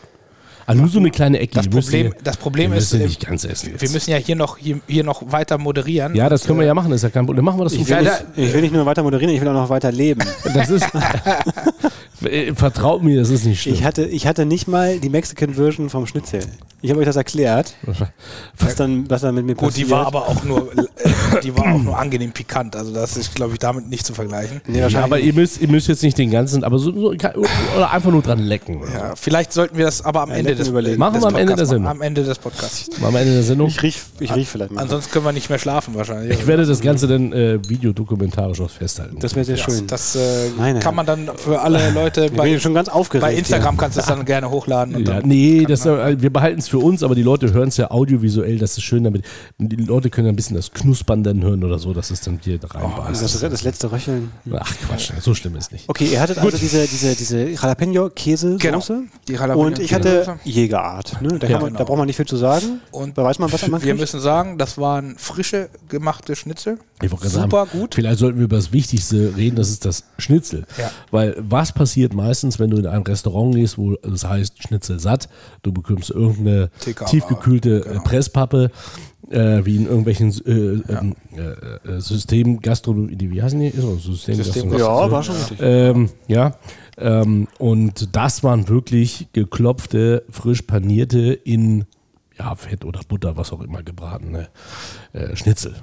S7: Also nur so eine kleine Ecke.
S5: Das
S7: die müsst
S5: Problem-
S7: ihr-
S5: das Problem
S7: die müsst
S5: ist,
S7: ihr
S5: äh,
S7: nicht ganz essen. Jetzt.
S5: Wir müssen ja hier noch, hier, hier noch weiter moderieren.
S7: ja, das können wir ja machen, ist ja kein Problem. Machen wir das
S6: Ich
S7: zum
S6: will,
S5: Ja,
S6: nicht, ich will nicht nur weiter moderieren, ich will auch noch weiter leben.
S7: Das ist. Äh, Vertraut mir, das ist nicht schlimm.
S6: Ich hatte, ich hatte nicht mal die Mexican Version vom Schnitzel. Ich habe euch das erklärt, was dann, was dann mit mir
S5: Gut,
S6: passiert.
S5: die war aber auch nur, äh, die war auch nur angenehm pikant. Also das ist, glaube ich, damit nicht zu vergleichen.
S6: Nee,
S7: ja,
S6: wahrscheinlich
S7: aber ihr müsst, ihr müsst jetzt nicht den ganzen, aber so, so oder einfach nur dran lecken.
S5: Ja, vielleicht sollten wir das aber am Ende
S6: lecken
S5: des
S6: überlegen.
S7: Machen
S5: des
S7: wir am Ende der
S5: Podcasts machen.
S7: Sendung.
S5: Am Ende des Podcasts.
S7: Mal am Ende der Sendung.
S6: ich riech, ich riech vielleicht mal.
S5: Ansonsten können wir nicht mehr schlafen wahrscheinlich.
S7: Ich werde das Ganze dann äh, videodokumentarisch noch festhalten.
S6: Das wäre sehr
S5: das,
S6: schön.
S5: das äh,
S6: Nein, nein.
S5: kann man dann für alle Leute
S6: ich bin
S5: bei,
S6: jetzt schon ganz aufgeregt.
S5: bei Instagram
S6: hier.
S5: kannst du es dann gerne hochladen. Und
S7: ja,
S5: dann,
S7: nee, das, äh, wir behalten es für uns, aber die Leute hören es ja audiovisuell, das ist schön damit. Die Leute können ein bisschen das Knuspern dann hören oder so, dass es dann hier
S6: Oh, Das,
S7: reinballert.
S6: ist das letzte Röcheln.
S7: Ach Quatsch, so schlimm ist nicht.
S6: Okay, ihr hattet also diese, diese, diese Jalapeno-Käsesoße.
S5: Genau, die Jalapeno-
S6: Und ich hatte Jägerart. Ne? Da, kann
S7: Ja,
S6: man,
S5: genau.
S6: da braucht man nicht viel zu sagen.
S5: Und
S6: da weiß man, was man
S5: wir
S6: kriegt.
S5: müssen sagen, das waren frische gemachte Schnitzel.
S7: Ich wollte gerade
S5: Super
S7: sagen,
S5: gut.
S7: Vielleicht sollten wir über das Wichtigste reden, das ist das Schnitzel.
S5: Ja.
S7: Weil was passiert meistens, wenn du in ein Restaurant gehst, wo es heißt Schnitzel satt, du bekommst irgendeine
S5: TK-Ware,
S7: tiefgekühlte
S5: Genau.
S7: äh, Presspappe, äh, wie in irgendwelchen äh, ähm, äh, äh, Systemen Gastronomie, wie heißen die? Ist auch System,
S5: System-
S7: Gastronomie.
S6: ja, war schon richtig.
S7: Ähm, ja. Ähm, und das waren wirklich geklopfte, frisch panierte in ja, Fett oder Butter, was auch immer gebratene äh, Schnitzel.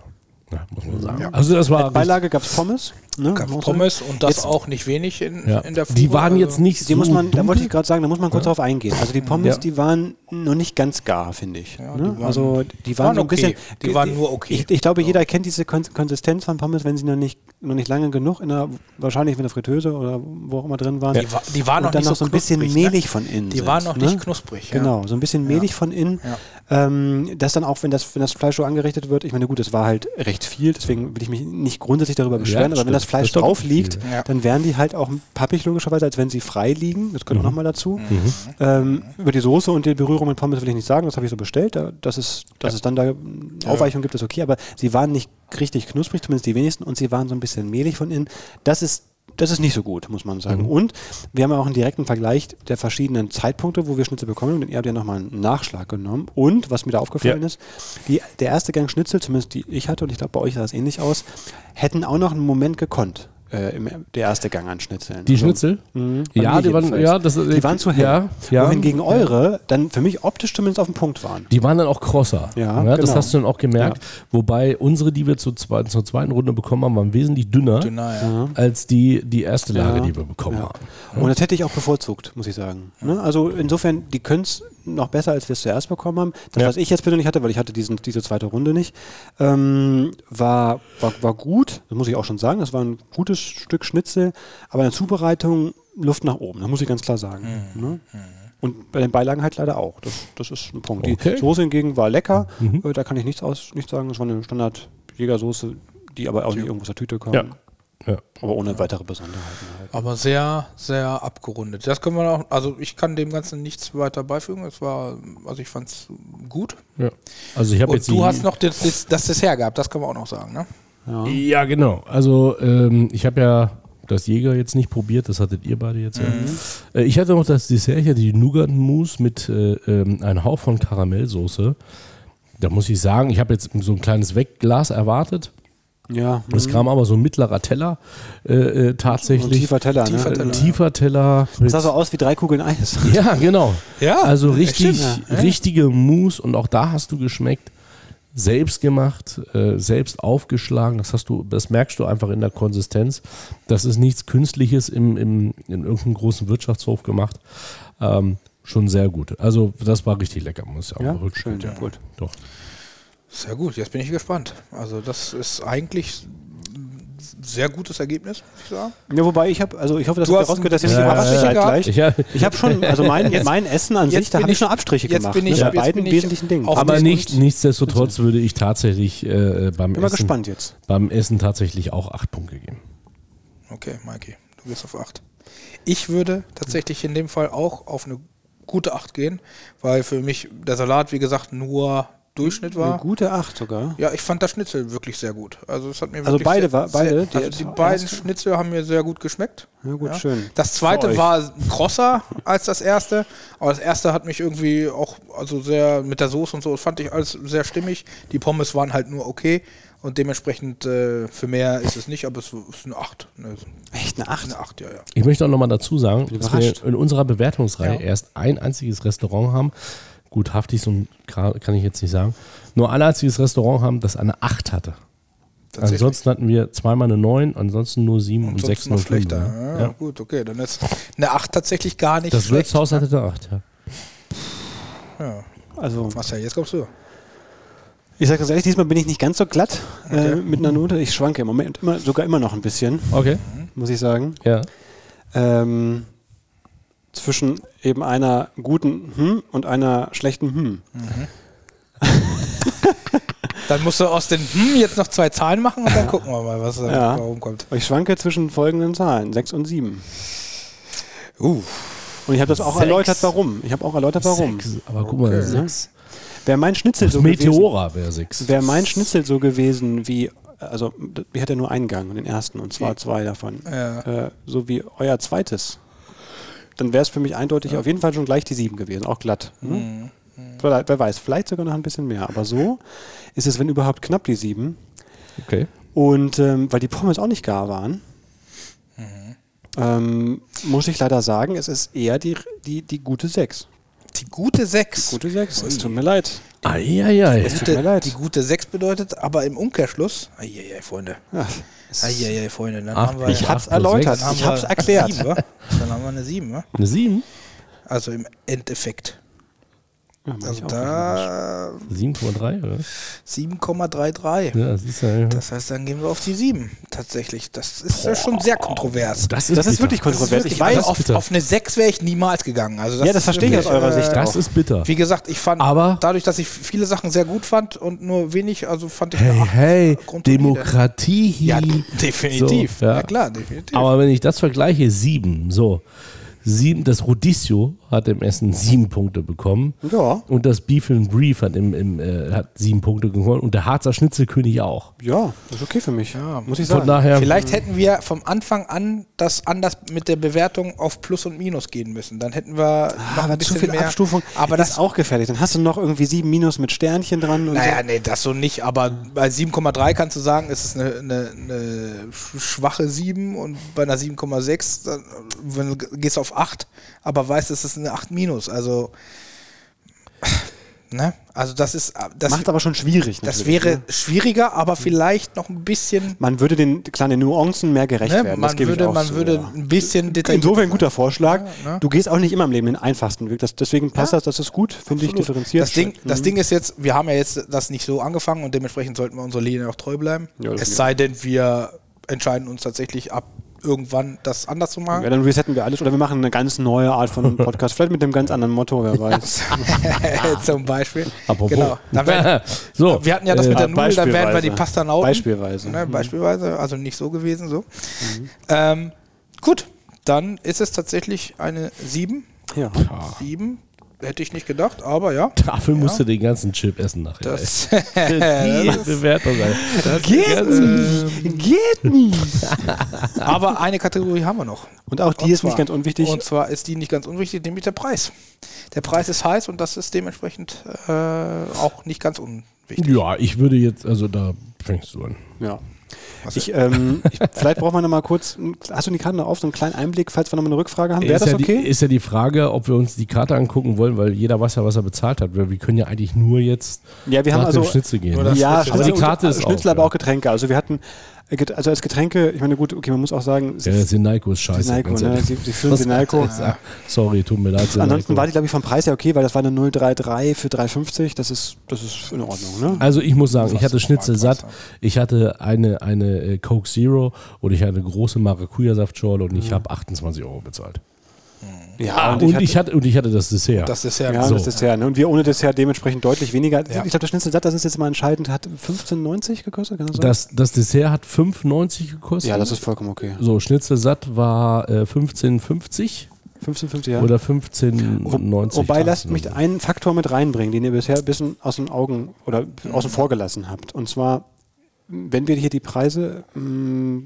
S7: Ja, muss man sagen. Also das war
S6: Beilage gab es Pommes. Ne?
S5: Gab's
S6: Auch so.
S5: Pommes und das auch nicht wenig in,
S7: ja.
S5: in der Fuhre.
S7: Die waren jetzt
S5: also-
S7: nicht so
S6: Die muss man, da
S7: dunkel.
S6: wollte ich gerade sagen, da muss man kurz drauf eingehen. Also die Pommes,
S7: Ja.
S6: die waren noch nicht ganz gar, finde ich. ne? also die waren,
S5: waren
S6: so ein
S5: okay.
S6: bisschen.
S5: Die waren nur okay.
S6: Ich, ich glaube, jeder kennt diese Kon Konsistenz von Pommes, wenn sie noch nicht, noch nicht lange genug in der, wahrscheinlich in der Fritteuse oder wo auch immer drin waren.
S5: Die wa- die waren
S6: Und
S5: noch
S6: dann
S5: nicht
S6: noch
S5: so
S6: so ein bisschen
S5: knusprig, ne?
S6: mehlig von innen.
S5: Die waren noch
S6: sind,
S5: nicht knusprig, ja.
S6: Genau, so ein bisschen mehlig von innen. Ähm, das dann auch, wenn das, wenn das Fleisch so angerichtet wird, ich meine, gut, das war halt recht viel, deswegen will ich mich nicht grundsätzlich darüber beschweren, aber wenn
S7: stimmt.
S6: das Fleisch
S7: Das ist doch
S6: drauf liegt,
S7: viel.
S5: Ja.
S6: dann wären die halt auch pappig logischerweise, als wenn sie frei liegen. Das gehört auch nochmal dazu. Ähm, über die Soße und die Berührung mit Pommes will ich nicht sagen, das habe ich so bestellt. Da- Das ist, dass es dann da Aufweichung gibt, ist okay, aber sie waren nicht richtig knusprig, zumindest die wenigsten, und sie waren so ein bisschen mehlig von innen. Das ist das ist nicht so gut, muss man sagen. Und wir haben ja auch einen direkten Vergleich der verschiedenen Zeitpunkte, wo wir Schnitzel bekommen haben, denn ihr habt ja nochmal einen Nachschlag genommen. Und, was mir da aufgefallen
S7: Ja.
S6: ist, die, der erste Gang Schnitzel, zumindest die ich hatte, und ich glaube, bei euch sah es ähnlich aus, hätten auch noch einen Moment gekonnt. Äh, im, der erste Gang an Schnitzeln.
S7: Die
S6: Also,
S7: Schnitzel?
S6: Mhm, bei
S7: ja,
S6: mir
S7: die waren,
S6: jedenfalls.
S7: ja, das,
S6: die waren zu hell.
S7: Ja, ja.
S6: Wohingegen eure dann für mich optisch zumindest auf dem Punkt waren.
S7: Die waren dann auch crosser.
S6: Ja,
S7: Das
S6: genau.
S7: hast du dann auch gemerkt. Wobei unsere, die wir zur, zweit, zur zweiten Runde bekommen haben, waren wesentlich dünner,
S5: Dünner, Genau, ja.
S7: als die, die erste Lage,
S6: Ja.
S7: die wir bekommen haben.
S6: Und das hätte ich auch bevorzugt, muss ich sagen. Ne? Also insofern, die können es noch besser, als wir es zuerst bekommen haben. Das,
S7: Ja.
S6: was ich jetzt persönlich hatte, weil ich hatte diesen, diese zweite Runde nicht, ähm, war, war, war gut, das muss ich auch schon sagen. Das war ein gutes Stück Schnitzel, aber in der Zubereitung Luft nach oben, das muss ich ganz klar sagen.
S7: Mhm.
S6: Ne? Und bei den Beilagen halt leider auch. Das, das ist ein Punkt.
S7: Okay. Mhm.
S6: Die Soße hingegen war lecker, äh, da kann ich nichts, aus, nichts sagen. Das war eine Standard-Jägersoße, die aber auch nicht irgendwo aus der Tüte kam.
S7: Ja. Ja.
S6: Aber ohne weitere Besonderheiten halt.
S5: Aber sehr, sehr abgerundet. Das können wir auch, also ich kann dem Ganzen nichts weiter beifügen. Es war, also ich fand es gut.
S7: Ja. Also ich habe
S5: Und
S7: jetzt
S5: du
S7: die,
S5: hast noch das, das, das Dessert gehabt, das kann man auch noch sagen, ne?
S7: Ja, genau. Also ähm, ich habe ja das Jäger jetzt nicht probiert, das hattet ihr beide jetzt ja. Äh, ich hatte noch das Dessert, ich hatte die Nougat-Mousse mit äh, ähm, einem Hauch von Karamellsoße. Da muss ich sagen, ich habe jetzt so ein kleines Wegglas erwartet.
S6: Ja,
S7: Es kam aber so ein mittlerer Teller äh, äh, tatsächlich.
S6: Ein tiefer Teller,
S7: Tiefer
S6: ne?
S7: Teller. Tiefer Teller mit-
S6: Das sah so aus wie drei Kugeln Eis.
S7: ja, genau.
S5: Ja,
S7: also
S5: das
S7: richtig,
S5: stimmt, ja.
S7: richtige Mousse und auch da hast du geschmeckt, selbst gemacht, äh, selbst aufgeschlagen. Das hast du, das merkst du einfach in der Konsistenz. Das ist nichts Künstliches im, im, in irgendeinem großen Wirtschaftshof gemacht. Ähm, schon sehr gut. Also das war richtig lecker, muss ich auch
S6: Ja,
S7: berücksichtigen.
S6: schön, gut.
S7: Doch.
S5: Sehr gut, jetzt bin ich gespannt. Also das ist eigentlich ein sehr gutes Ergebnis, muss ich sagen.
S6: Ja, wobei ich habe, also ich hoffe, dass
S5: Du
S6: ihr
S5: hast
S6: rausgehört, dass ihr
S5: ein
S6: nicht
S5: bisschen
S6: überrascht
S5: Überraschung
S6: seid
S5: gehabt.
S6: gleich.
S7: Ich hab-
S6: Ich habe schon, also mein, mein Essen an sich,
S5: jetzt
S6: da
S5: bin
S6: habe ich
S5: ich-
S6: schon Abstriche
S5: jetzt
S6: gemacht.
S5: bin ich-
S6: ne, bei
S5: jetzt
S6: beiden
S5: bin ich
S6: wesentlichen Dingen.
S5: auf-
S7: Aber
S5: den
S7: nicht,
S5: Grund.
S7: nichtsdestotrotz würde ich tatsächlich äh, beim,
S6: bin mal
S7: Essen,
S6: gespannt jetzt.
S7: beim Essen tatsächlich auch acht Punkte geben.
S5: Okay, Mikey, du gehst auf 8. Ich würde tatsächlich in dem Fall auch auf eine gute 8 gehen, weil für mich der Salat, wie gesagt, nur Durchschnitt
S6: Eine
S5: war.
S6: gute Acht sogar.
S5: Ja, ich fand das Schnitzel wirklich sehr gut. Also es hat mir
S6: Also
S5: wirklich
S6: beide
S5: sehr,
S6: war- beide,
S5: sehr, also
S6: die-
S5: die beiden Schnitzel haben mir sehr gut geschmeckt.
S6: Ja, gut, schön.
S5: Das
S6: Für
S5: zweite
S6: euch.
S5: war krosser als das erste, aber das erste hat mich irgendwie auch also sehr mit der Soße und so das fand ich alles sehr stimmig. Die Pommes waren halt nur okay und dementsprechend äh, für mehr ist es nicht, aber es ist eine 8. Ne,
S6: Echt eine Acht?
S5: eine 8, ja, ja.
S7: Ich möchte auch nochmal dazu sagen, dass
S6: überrascht.
S7: wir in unserer Bewertungsreihe erst ein einziges Restaurant haben. Gut, Haftis und Kra- kann ich jetzt nicht sagen. Nur ein einziges Restaurant haben, das eine 8 hatte.
S5: Tatsächlich.
S7: Ansonsten hatten wir zweimal eine 9, ansonsten nur 7 und,
S5: Sonst
S7: 6
S5: noch
S7: und 5.
S5: schlechter.
S7: Ne?
S6: Ah.
S5: Ja,
S7: Ja.
S5: Gut, okay, dann ist eine 8 tatsächlich gar nicht
S7: Das
S5: schlecht.
S6: ne?
S7: Wirtshaus hatte eine 8, ja.
S6: Also,
S5: Marcel, jetzt kommst du.
S6: ich sage ganz ehrlich, diesmal bin ich nicht ganz so glatt äh, mit einer Note. Ich schwanke im Moment immer, sogar immer noch ein bisschen,
S7: Okay,
S6: muss ich sagen.
S7: ja.
S6: Ähm, zwischen eben einer guten Hm und einer schlechten Hm.
S5: Dann musst du aus den hm jetzt noch zwei Zahlen machen und dann gucken wir mal, was da
S6: Ja.
S5: rumkommt.
S6: Ich schwanke zwischen folgenden Zahlen, 6 und 7.
S5: Uh,
S6: Und ich habe das auch
S7: Sechs.
S6: erläutert, warum. Ich habe auch erläutert, warum.
S7: Sechs, aber guck mal, 6.
S6: Wäre mein Schnitzel so gewesen,
S7: Meteora wäre 6.
S6: wäre mein Schnitzel so gewesen wie, also ich hatte nur einen Gang, den ersten, und zwar zwei davon. Äh, so wie euer zweites. Dann wäre es für mich eindeutig auf jeden Fall schon gleich die sieben gewesen, auch glatt. Ne? Vielleicht- Wer weiß, vielleicht sogar noch ein bisschen mehr. Aber so ist es, wenn überhaupt knapp die sieben.
S7: Okay.
S6: Und ähm, weil die Pommes auch nicht gar waren, ähm, muss ich leider sagen, es ist eher die, die, die gute 6.
S5: die gute 6.
S6: Gute 6. Es tut mir leid.
S7: Eieiei.
S5: Die
S6: tut mir leid.
S5: Die gute 6 bedeutet aber im Umkehrschluss. Eieiei, Freunde.
S6: Ja,
S5: Eieiei, Freunde. Dann
S7: Ach,
S5: haben wir,
S7: ich hab's
S5: dann
S6: erläutert.
S5: haben
S6: Ich hab's
S5: wir
S6: erklärt.
S5: Eine 7, wa? dann haben wir eine 7, wa?
S7: Eine 7?
S5: Also im Endeffekt.
S6: Ja, mach
S5: Also
S6: ich auch.
S5: da
S7: 7,3, oder?
S5: 7,33.
S7: Ja, siehst du, ja.
S5: Das heißt, dann gehen wir auf die 7. Tatsächlich. Das ist ja schon sehr kontrovers.
S6: das ist
S7: bitter.
S6: wirklich
S5: Das ist
S6: kontrovers.
S5: wirklich-
S6: Ich weiß,
S5: also auf,
S7: bitter.
S5: auf eine 6 wäre ich niemals gegangen. Also
S6: Ja, das
S5: ist
S6: verstehe ich aus
S5: wirklich,
S6: eurer
S5: äh,
S6: Sicht
S7: Das ist bitter.
S5: Wie gesagt, ich fand,
S7: Aber-
S5: dadurch, dass ich viele Sachen sehr gut fand und nur wenig, also fand ich
S7: Hey,
S5: eine Acht
S7: hey,
S5: grundsolide.
S7: Demokratie.
S5: Ja, definitiv.
S7: So, ja.
S5: ja. klar, definitiv.
S7: Aber wenn ich das vergleiche, sieben, so. Sieben, das Rodizio hat im Essen sieben Punkte bekommen.
S6: Ja.
S7: Und das Beef and Brief hat, im, im, äh, hat sieben Punkte bekommen. Und der Harzer Schnitzelkönig auch.
S6: ja, ist okay für mich. muss ich
S7: Von
S6: sagen.
S7: daher,
S5: Vielleicht hätten wir vom Anfang an das anders mit der Bewertung auf Plus und Minus gehen müssen. Dann hätten wir
S6: Ah,
S5: noch ein
S6: aber
S5: bisschen
S6: zu viel
S5: mehr.
S6: Abstufung
S5: Aber
S6: ist
S5: das
S6: auch gefährlich. Dann hast du noch irgendwie 7 Minus mit Sternchen dran. Und
S5: Naja, nee, das so nicht, aber bei 7,3 kannst du sagen, es ist eine, eine, eine sch- schwache 7 und bei einer 7,6 dann, wenn du gehst auf 8, aber weißt, es ist eine 8 minus. Also, ne? Also das ist
S6: so.
S5: das,
S6: Macht aber schon schwierig.
S5: das
S6: natürlich,
S5: wäre
S6: ne?
S5: schwieriger, aber vielleicht noch ein bisschen
S6: Man würde den kleinen Nuancen mehr gerecht
S5: ne?
S6: werden. das
S5: man
S6: gebe ich
S5: würde
S6: auch
S5: man
S6: so,
S5: würde
S6: ja.
S5: ein bisschen ne? detaillierter
S6: Insofern ein guter Vorschlag. Du gehst auch nicht immer im Leben den einfachsten Weg. Das, deswegen passt das, das ist gut, finde ich,
S5: Absolut.
S6: differenziert. Mhm.
S5: Das Ding, das Ding ist jetzt, wir haben ja jetzt das nicht so angefangen und dementsprechend sollten wir unserer Linie auch treu bleiben.
S6: Ja, das
S5: es
S6: geht.
S5: sei denn, wir entscheiden uns tatsächlich ab, irgendwann das anders zu machen.
S6: Ja, dann resetten wir alles oder wir machen eine ganz neue Art von Podcast. Vielleicht mit einem ganz anderen Motto, wer weiß.
S5: Zum Beispiel.
S7: apropos.
S5: Genau. Dann werden,
S7: so, Äh,
S5: wir hatten ja das mit der Nudel, dann werden wir die
S6: Äh, beispielsweise.
S5: Pasta nauten.
S6: Beispielsweise. Mhm.
S5: Ne, beispielsweise, also nicht so gewesen, so. Ähm, gut, dann ist es tatsächlich eine 7.
S6: Ja.
S5: 7 hätte ich nicht gedacht, aber ja.
S7: dafür musst du den ganzen Chip essen nachher.
S5: Das,
S7: ey. die Bewertung. ey.
S6: Geht nicht! Geht nicht!
S5: aber eine Kategorie haben wir noch.
S6: Und auch die
S5: Und
S6: ist
S5: zwar-
S6: nicht ganz unwichtig.
S5: Und zwar ist die nicht ganz unwichtig, nämlich der Preis. Der Preis ist heiß und das ist dementsprechend äh, auch nicht ganz unwichtig.
S7: Ja, ich würde jetzt, also da fängst du an.
S6: Ja. Ich, ähm, ich, vielleicht brauchen wir nochmal kurz, einen- hast du die Karten noch auf, so einen kleinen Einblick, falls wir nochmal eine Rückfrage haben. Wäre
S7: ist
S6: das
S7: ja Die,
S6: okay?
S7: ist ja die Frage, ob wir uns die Karte angucken wollen, weil jeder weiß ja, was er bezahlt hat. Wir, wir können ja eigentlich nur jetzt
S6: Ja, wir
S7: nach
S6: haben
S7: dem
S6: also
S7: Schnitzel gehen.
S5: Oder-
S7: ne?
S5: das
S6: Ja,
S5: Schnitzel.
S7: Aber die
S6: und-
S7: Karte ist
S6: Schnitzel
S7: auf,
S6: aber
S7: ja.
S6: auch Getränke. Also wir hatten Äh, Get- Also als Getränke, ich meine, gut, okay, man muss auch sagen, sie,
S7: Ja, äh, Sinalco ist scheiße.
S6: Sinalco,
S7: ganz
S6: ne?
S7: ehrlich.
S6: Sie- sie füllen
S7: Was-
S6: Sinalco.
S7: Ja. Sorry, tut mir leid.
S6: ansonsten
S7: Sinalco.
S6: war die, glaube ich, vom Preis her okay, weil das war eine 033 für 350, das ist, das ist in Ordnung, ne?
S7: Also ich muss sagen,
S5: Das
S7: ich hatte
S5: hast du
S7: Schnitzel
S5: nochmal
S7: satt, ich hatte eine, eine äh, Coke Zero und ich hatte große Maracuja-Saftschorle und
S6: Mhm.
S7: ich habe 28 Euro bezahlt.
S6: Ja,
S7: und, ich hatte, und ich hatte das Dessert.
S5: Das ist ja,
S6: ja,
S5: so.
S6: das Dessert. Ne? Und wir ohne Dessert dementsprechend deutlich weniger.
S5: Ja.
S6: Ich glaube, der Schnitzel satt, das ist jetzt mal entscheidend, hat 15,90 gekostet, kann das sein?
S7: das, das Dessert hat 5,90 gekostet.
S6: ja, das ist vollkommen okay.
S7: so, Schnitzel satt war äh, 15,50
S6: 15,50, ja.
S7: oder 15,90.
S6: Wobei,
S7: Tassen
S6: lasst
S7: oder
S6: mich
S7: so.
S6: einen Faktor mit reinbringen, den ihr bisher ein bisschen aus den Augen oder außen vor gelassen habt. Und zwar, wenn wir hier die Preise mh,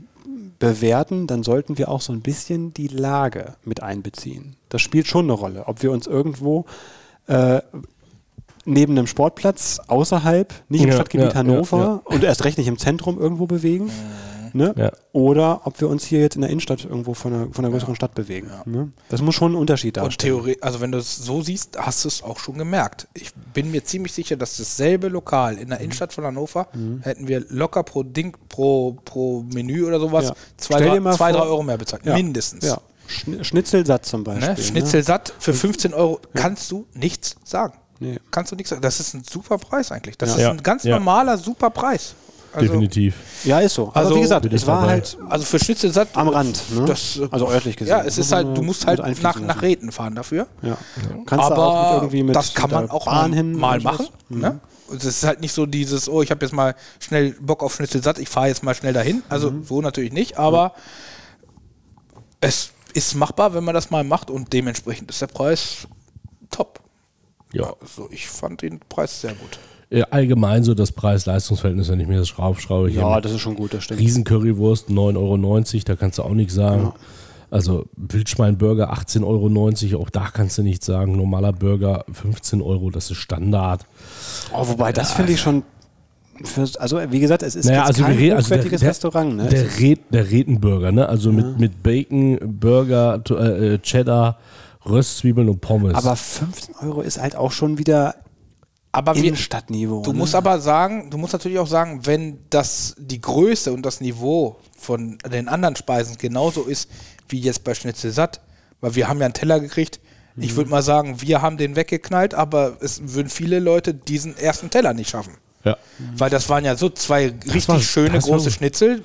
S6: bewerten, dann sollten wir auch so ein bisschen die Lage mit einbeziehen. Das spielt schon eine Rolle, ob wir uns irgendwo äh, neben einem Sportplatz außerhalb, nicht im
S7: Ja,
S6: Stadtgebiet
S7: ja,
S6: Hannover und erst recht nicht im Zentrum irgendwo bewegen. Ne?
S7: Ja.
S6: Oder ob wir uns hier jetzt in der Innenstadt irgendwo von einer, von einer größeren Stadt bewegen. Ne? Das muss schon einen Unterschied
S5: Und
S6: darstellen.
S5: Theorie, also wenn du es so siehst, hast du es auch schon gemerkt. Ich bin mir ziemlich sicher, dass dasselbe Lokal in
S6: Mhm.
S5: der Innenstadt von Hannover hätten wir locker pro Ding, pro, pro Menü oder sowas
S6: Ja.
S5: zwei,
S6: Stell
S5: drei,
S6: dir mal
S5: zwei
S6: vor-
S5: drei Euro mehr bezahlt.
S6: Ja.
S5: Mindestens.
S6: Ja. Schn Schnitzelsatt zum Beispiel.
S5: Ne? Schnitzel satt für 15 Euro kannst du nichts sagen.
S6: Nee.
S5: Kannst du nichts sagen. Das ist ein super Preis eigentlich. Das
S6: Ja.
S5: ist
S7: Ja.
S5: ein ganz
S7: Ja.
S5: normaler super Preis. Also,
S7: Definitiv.
S6: Ne? Ja, ist so. Aber
S5: Also-
S6: wie gesagt,
S7: Bin ich
S6: es war
S7: dabei.
S6: halt
S5: Also für Schnitzel satt.
S6: am Rand. Ne?
S5: Das, äh,
S6: also örtlich gesehen.
S5: Ja, es ist halt, du musst halt
S6: Mit
S5: nach,
S6: einfließen
S5: nach
S6: lassen.
S5: Räten fahren dafür.
S6: Ja. Kannst du
S5: aber
S6: auch nicht irgendwie mit
S5: das kann
S6: mit
S5: man
S6: der
S5: auch
S6: Bahn
S5: mal,
S6: hin Mhm.
S5: mal
S6: und sowas.
S5: machen. Ne? Und es ist halt nicht so dieses, oh, ich habe jetzt mal schnell Bock auf Schnitzel satt, ich fahre jetzt mal schnell dahin. Also
S6: Mhm.
S5: so natürlich nicht, aber es ist machbar, wenn man das mal macht und dementsprechend ist der Preis top.
S7: Ja.
S5: Also ich fand den Preis sehr gut.
S7: Äh, Allgemein so das Preis-Leistungs-Verhältnis, wenn ich mir das schraubschraube, hier
S6: Ja,
S7: mit
S6: das ist schon gut, das stimmt.
S7: Riesen-Currywurst 9,90 Euro, da kannst du auch nichts sagen. Also Wildschwein-Burger 18,90 Euro, auch da kannst du nichts sagen. Normaler Burger 15 Euro, das ist Standard.
S6: Oh, wobei, das finde ich schon. Fürs, also, wie gesagt, es ist
S7: Naja,
S6: jetzt
S7: also,
S6: kein
S7: wir reden, also
S6: hochwertiges Restaurant. Ne? Es
S7: Der, Red, der Redenburger, ne? Also mit, mit Bacon, Burger, t- äh, äh, Cheddar, Röstzwiebeln und Pommes.
S6: Aber 15 Euro ist halt auch schon wieder
S5: Aber wir,
S6: Innenstadtniveau.
S5: du
S6: ne?
S5: musst aber sagen, du musst natürlich auch sagen, wenn das die Größe und das Niveau von den anderen Speisen genauso ist wie jetzt bei Schnitzel satt, weil wir haben ja einen Teller gekriegt.
S7: Mhm.
S5: Ich würde mal sagen, wir haben den weggeknallt, aber es würden viele Leute diesen ersten Teller nicht schaffen.
S7: ja.
S5: Weil das waren ja so zwei richtig
S7: war-
S5: schöne
S7: Mhm. das war
S5: große
S7: gut.
S5: Schnitzel,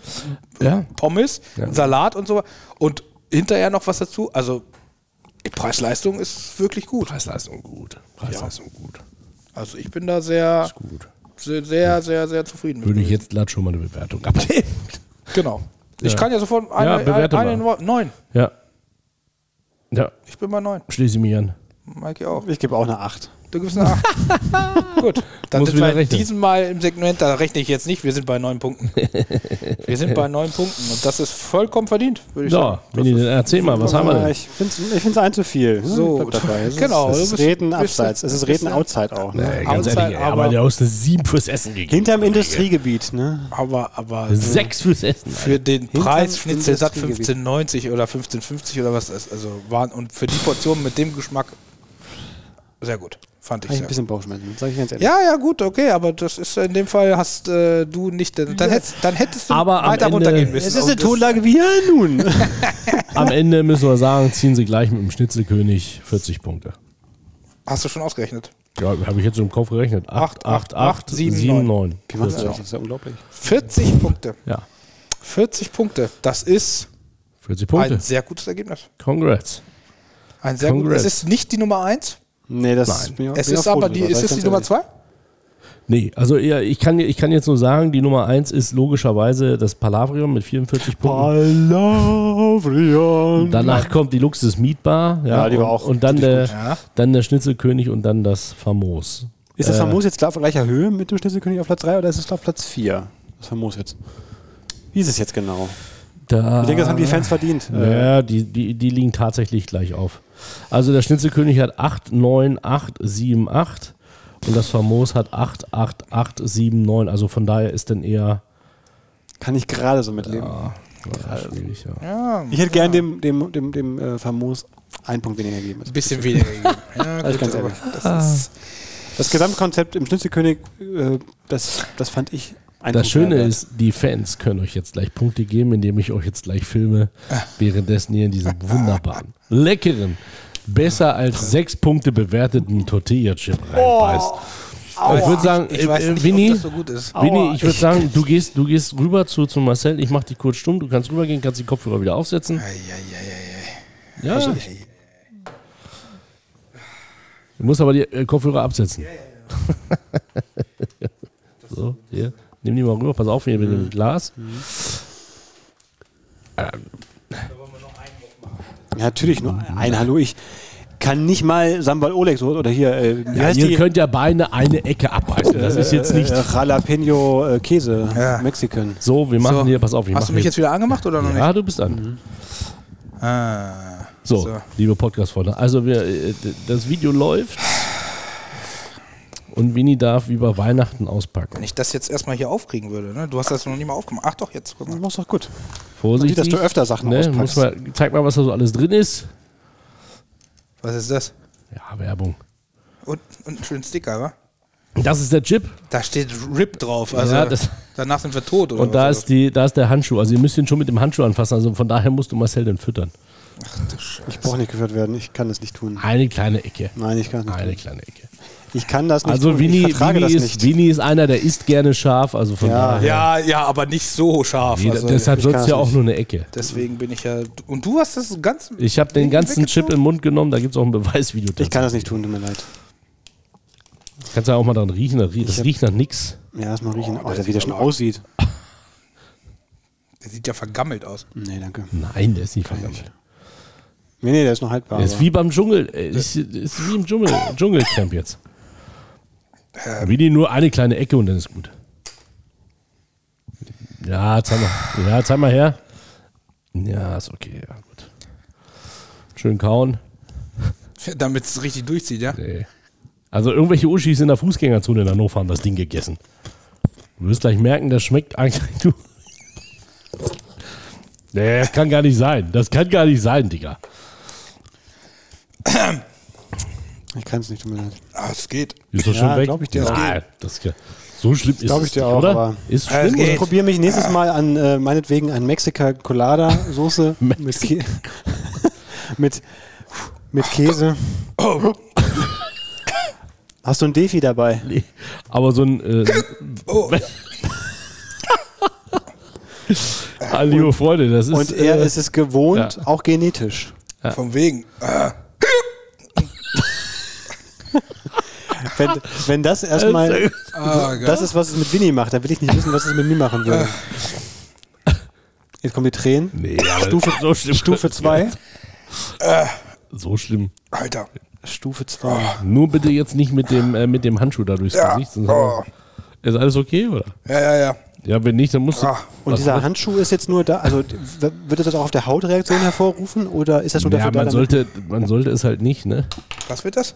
S7: ja.
S5: Pommes,
S7: Ja.
S5: Salat und so. Und hinterher noch was dazu. Also die Preis-Leistung ist wirklich gut.
S7: Preis-Leistung gut. Preis-Leistung gut.
S5: Also ich bin da sehr,
S7: Gut.
S5: sehr, sehr, sehr, sehr zufrieden mit.
S7: Würde ich
S5: gewesen.
S7: jetzt glatt schon mal eine Bewertung abgeben.
S5: Genau. Ich kann ja sofort eine,
S7: Ja, bewerte
S5: eine,
S7: mal.
S5: eine neun.
S7: ja. Ja,
S5: Ich bin bei neun.
S7: schließe ich mich an.
S5: Maike auch.
S6: ich gebe auch eine 8.
S5: Du gibst eine acht. Gut. Dann
S7: Muss
S5: sind
S7: wieder
S5: wir
S7: rechnen.
S5: diesmal im Segment, da rechne ich jetzt nicht, wir sind bei neun Punkten. wir sind bei neun Punkten und das ist vollkommen verdient, würde ich
S7: So,
S5: sagen.
S7: wenn ihr denn erzähl mal, was haben wir denn?
S6: Ich finde es ein zu viel. ne?
S5: So,
S6: Ich bleib dabei. Es
S5: genau,
S6: Ist,
S5: du
S6: es ist
S5: bist-
S6: Reden
S5: bist-
S6: abseits. Es ist Reden
S5: bist-
S6: outside auch. Ne?
S7: Ey, ganz
S5: Outside,
S7: ehrlich, ey,
S5: aber-
S7: aber der hast eine 7 fürs Essen gegeben.
S6: Hinterm Industriegebiet, ne?
S5: Aber, aber
S7: 6 fürs Essen.
S5: für den Preis Schnitzel satt
S6: Industriegebiet.
S5: 15,90 oder 15,50 oder was das ist. Also waren und für die Portion mit dem Geschmack sehr gut. Fand ich
S6: Habe ich ein
S5: sehr gut.
S6: bisschen Bauchschmerzen, sag ich ganz ehrlich.
S5: Ja, ja, gut, okay, aber das ist in dem Fall hast äh, du nicht. Dann, hättest, dann hättest du
S7: Aber am
S5: weiter
S7: Ende-
S5: runtergehen müssen.
S6: Es ist eine
S5: Und das-
S6: Tonlage wie ja nun.
S7: Am Ende müssen wir sagen, ziehen sie gleich mit dem Schnitzelkönig 40 Punkte.
S5: Hast du schon ausgerechnet?
S7: Ja, habe ich jetzt im Kopf gerechnet. 8,
S5: Acht,
S7: 8,
S5: acht,
S7: 8,
S5: acht, sieben,
S7: 7, 7 9.
S6: Wie machst du das? Das ist ja unglaublich.
S5: 40 Punkte.
S7: Ja,
S5: 40 Punkte. Das ist
S7: 40 Punkte.
S5: ein sehr gutes Ergebnis.
S7: Congrats.
S5: Ein sehr gutes.
S7: Congrats.
S5: Es ist nicht die Nummer 1.
S6: Nee, das
S7: Nein.
S6: bin ich auch-
S5: Es
S6: bin
S5: ist
S6: auch froh
S5: aber die,
S6: drüber,
S5: ist
S6: sag ich
S5: es die
S6: ganz
S5: Nummer
S6: ehrlich.
S5: 2?
S7: Nee, also ja, ich, kann, ich kann jetzt nur sagen, die Nummer 1 ist logischerweise das Palavrium mit 44 Punkten.
S6: Palavrian.
S7: Danach kommt die Luxus Mietbar. Ja,
S6: Ja, die war auch
S7: Und dann der,
S5: Ja.
S7: dann der Schnitzelkönig und dann das Äh, Famos.
S6: Ist das Famos jetzt klar auf gleicher Höhe mit dem Schnitzelkönig auf Platz 3 oder ist es auf Platz 4? Das Famos jetzt. Wie ist es jetzt genau?
S7: Da
S6: Ich denke, das haben die Fans verdient. Äh,
S7: Ja, die, die, die liegen tatsächlich gleich auf. Also der Schnitzelkönig hat 8, 9, 8, 7, 8 und das Famos hat 8, 8, 8, 7, 9. Also von daher ist dann eher
S6: Kann ich gerade so mitleben.
S7: schwierig. Ja.
S6: Ich hätte gern dem, dem, dem, dem äh, Famos einen Punkt weniger gegeben.
S5: Ein bisschen weniger gegeben. Ja,
S6: Sag ich ganz
S5: aber
S6: ehrlich.
S5: das ist
S6: Das Gesamtkonzept im Schnitzelkönig, äh, das, das fand ich Ein
S7: Das
S6: Punkt
S7: Schöne
S6: Herbert.
S7: ist, die Fans können euch jetzt gleich Punkte geben, indem ich euch jetzt gleich filme,
S5: Ah.
S7: währenddessen hier in diesem wunderbaren, leckeren, besser
S5: Ah.
S7: als sechs Punkte bewerteten Tortilla-Chip reinbeißt. ich würde sagen,
S5: Oh, Ich weiß
S7: äh,
S5: nicht,
S7: Winnie,
S5: ob das so gut ist.
S7: Winnie, ich würde sagen, du gehst, du gehst rüber zu, zu Marcel, ich mache dich kurz stumm, du kannst rübergehen, kannst die Kopfhörer wieder aufsetzen. Ja. Du musst aber die äh, Kopfhörer absetzen. so, hier. Nimm die mal rüber, pass auf hier mit
S5: Mhm.
S7: dem Glas.
S6: Ja, natürlich, nur ein Hallo. Ich kann nicht mal Sambal Oleg so oder hier, äh, wie
S7: Ja,
S6: heißt
S7: ihr
S6: die?
S7: könnt ja Beine eine Ecke abbeißen. Das ist jetzt nicht
S6: Äh, Jalapeno äh, Käse,
S5: Ja.
S6: Mexican.
S7: so. Wir machen
S5: So.
S7: hier, pass auf, ich
S5: Hast
S7: mach
S5: du mich
S7: hier-
S5: jetzt wieder angemacht oder noch
S7: Ja, du bist an.
S5: nicht? Ah.
S7: So,
S5: So.
S7: liebe Podcast-Freunde. Also, wir, äh, d- das Video läuft. Und Winnie darf über Weihnachten
S5: Wenn
S7: auspacken.
S5: ich das jetzt erstmal hier aufkriegen würde, ne? Du hast das noch nicht mal aufgemacht. Ach doch, jetzt. Guck mal.
S6: Das ist doch gut.
S7: Vorsichtig. ne?
S6: dass du öfter Sachen
S7: muss
S6: auspackst.
S7: mal, Zeig mal, was da so alles drin ist.
S5: Was ist das?
S7: Ja, Werbung.
S5: Und, und einen schönen Sticker, wa?
S7: Das ist der Chip.
S5: Da steht RIP drauf. Also
S7: Ja, das-
S5: danach sind wir tot, oder?
S7: Und da
S5: was?
S7: ist, die, da ist der Handschuh. Also, ihr müsst ihn schon mit dem Handschuh anfassen. Also, von daher musst du Marcel dann füttern.
S6: Ich brauche nicht geführt werden. Ich kann das nicht tun.
S7: Eine kleine Ecke.
S6: Nein, ich kann das
S7: Eine
S6: nicht. Tun.
S7: kleine Ecke.
S6: Ich kann das nicht.
S7: Also,
S6: tun.
S7: Winnie,
S6: ich vertrage
S7: Winnie,
S6: das
S7: ist,
S6: nicht.
S7: Winnie ist einer, der isst gerne scharf. Also, von
S6: Ja.
S7: daher.
S5: ja, ja, aber nicht so scharf.
S7: Nee,
S5: also,
S7: deshalb
S6: ich
S7: sonst
S6: kann's
S7: ja auch
S6: nicht.
S7: nur eine Ecke.
S5: deswegen bin ich ja. Und du hast das ganz.
S7: Ich habe den ganzen Chip im Mund genommen, da gibt es auch ein Beweisvideo.
S6: Ich kann das nicht tun, tut mir leid.
S7: Kannst ja auch mal dran riechen, das riecht, das
S6: hab-
S7: riecht nach nix.
S6: Ja, erst mal riechen. Oh, der, wie der schon aussieht.
S5: Der sieht ja vergammelt aus.
S6: Nee, danke.
S7: Nein, der ist nicht vergammelt.
S6: Nee, nee, der ist noch haltbar.
S7: Der ist
S6: aber-
S7: wie beim Dschungel, äh, ist, ist wie im Dschungel, Dschungelcamp jetzt.
S6: Ähm.
S7: Wie die nur eine kleine Ecke und dann ist gut. Ja, zeig mal, ja, zeig mal her. Ja, ist okay, ja, gut. Schön kauen.
S5: Damit es richtig durchzieht, ja?
S7: Nee. Also irgendwelche Uschis in der Fußgängerzone in Hannover haben das Ding gegessen. Du wirst gleich merken, das schmeckt eigentlich du. Nee, das kann gar nicht sein. Das kann gar nicht sein, Digga.
S6: ich kann es nicht, tut mir leid.
S5: Ah, es geht.
S7: Ist doch
S6: Ja,
S7: schon weg.
S6: glaub ich dir.
S7: Nein, das kann, so schlimm ist
S6: glaub
S7: es
S6: ich dir
S7: nicht,
S6: auch,
S7: oder?
S6: aber-
S7: ist
S5: Ja,
S7: schlimm.
S5: es
S6: Ich
S5: geht.
S7: oder?
S6: probiere mich nächstes Mal an, äh, meinetwegen, an Mexica Colada Soße mit, Kä mit, mit Käse. Hast du ein Defi dabei?
S7: Nee. Aber so ein. Äh,
S6: Oh.
S7: Alle Ah, liebe Freunde, das ist.
S6: Und er
S7: äh,
S6: ist es gewohnt, auch genetisch.
S5: Von wegen. Ah,
S6: Wenn, wenn das erstmal
S5: ah, geil.
S6: das ist, was es mit Winnie macht, dann will ich nicht wissen, was es mit mir machen würde. Jetzt kommen die Tränen.
S7: nee, aber Stufe, so schlimm.
S6: Stufe 2.
S7: So schlimm.
S5: Alter.
S6: Stufe 2.
S7: Nur bitte jetzt nicht mit dem, äh, mit dem Handschuh da durchs
S5: Ja.
S7: Gesicht. Sonst
S5: Oh.
S7: Ist alles okay, oder?
S5: Ja, ja, ja.
S7: Ja, wenn nicht, dann musst du.
S5: Ah.
S6: Und dieser Handschuh ist jetzt nur da, also d- w- würde das auch auf der Hautreaktion hervorrufen oder ist das nur
S7: ja,
S6: dafür da?
S7: man
S6: damit-
S7: sollte, man sollte es halt nicht, ne?
S5: Was wird das?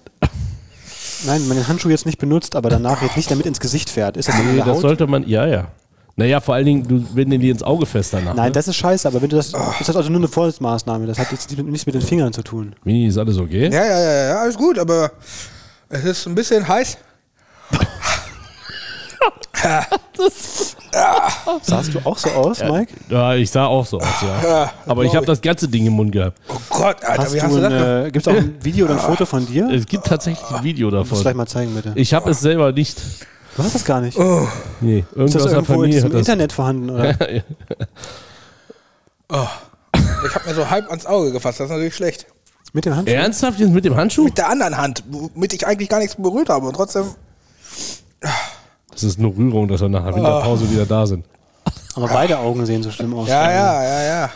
S6: Nein, wenn man den Handschuh jetzt nicht benutzt, aber danach jetzt nicht damit ins Gesicht fährt. Ist das nee,
S7: Nee, das sollte man, ja, ja. Naja, vor allen Dingen, du, wenn dir die ins Auge fest danach.
S6: Nein,
S7: ne?
S6: das ist scheiße, aber wenn du das. Ist das also nur eine Vorsichtsmaßnahme? Das hat jetzt nichts mit den Fingern zu tun.
S7: Mini, ist alles okay?
S5: Ja, ja, ja, ja, alles gut, aber es ist ein bisschen heiß.
S6: Sahst du auch so aus, Mike?
S7: Ja, ich sah auch so aus, ja. Aber ich habe das ganze Ding im Mund gehabt.
S5: Oh Gott, Alter,
S6: Hast
S5: wie hast
S6: du
S5: du das gemacht?
S6: ein, äh, Gibt es auch ein Video oder ein Foto von dir?
S7: Es gibt tatsächlich ein Video
S6: Kannst du gleich
S7: davon.
S6: mal zeigen, bitte.
S7: Ich habe es selber nicht.
S6: Du hast das gar nicht.
S7: Nee,
S6: ist
S7: irgendwas
S6: das
S7: aus der
S6: irgendwo in
S7: Familie
S6: diesem
S7: hat das.
S6: Internet vorhanden? Oder?
S5: Oh. Ich hab mir so halb ans Auge gefasst, das ist natürlich schlecht.
S6: mit dem Handschuh?
S7: Ernsthaft jetzt mit dem Handschuh?
S5: Mit der anderen Hand, womit ich eigentlich gar nichts berührt habe und trotzdem.
S7: Das ist eine Rührung, dass wir nach der
S6: Ah.
S7: Winterpause wieder da sind.
S6: Aber beide Augen sehen so schlimm aus.
S5: Ja, ja, ja, ja.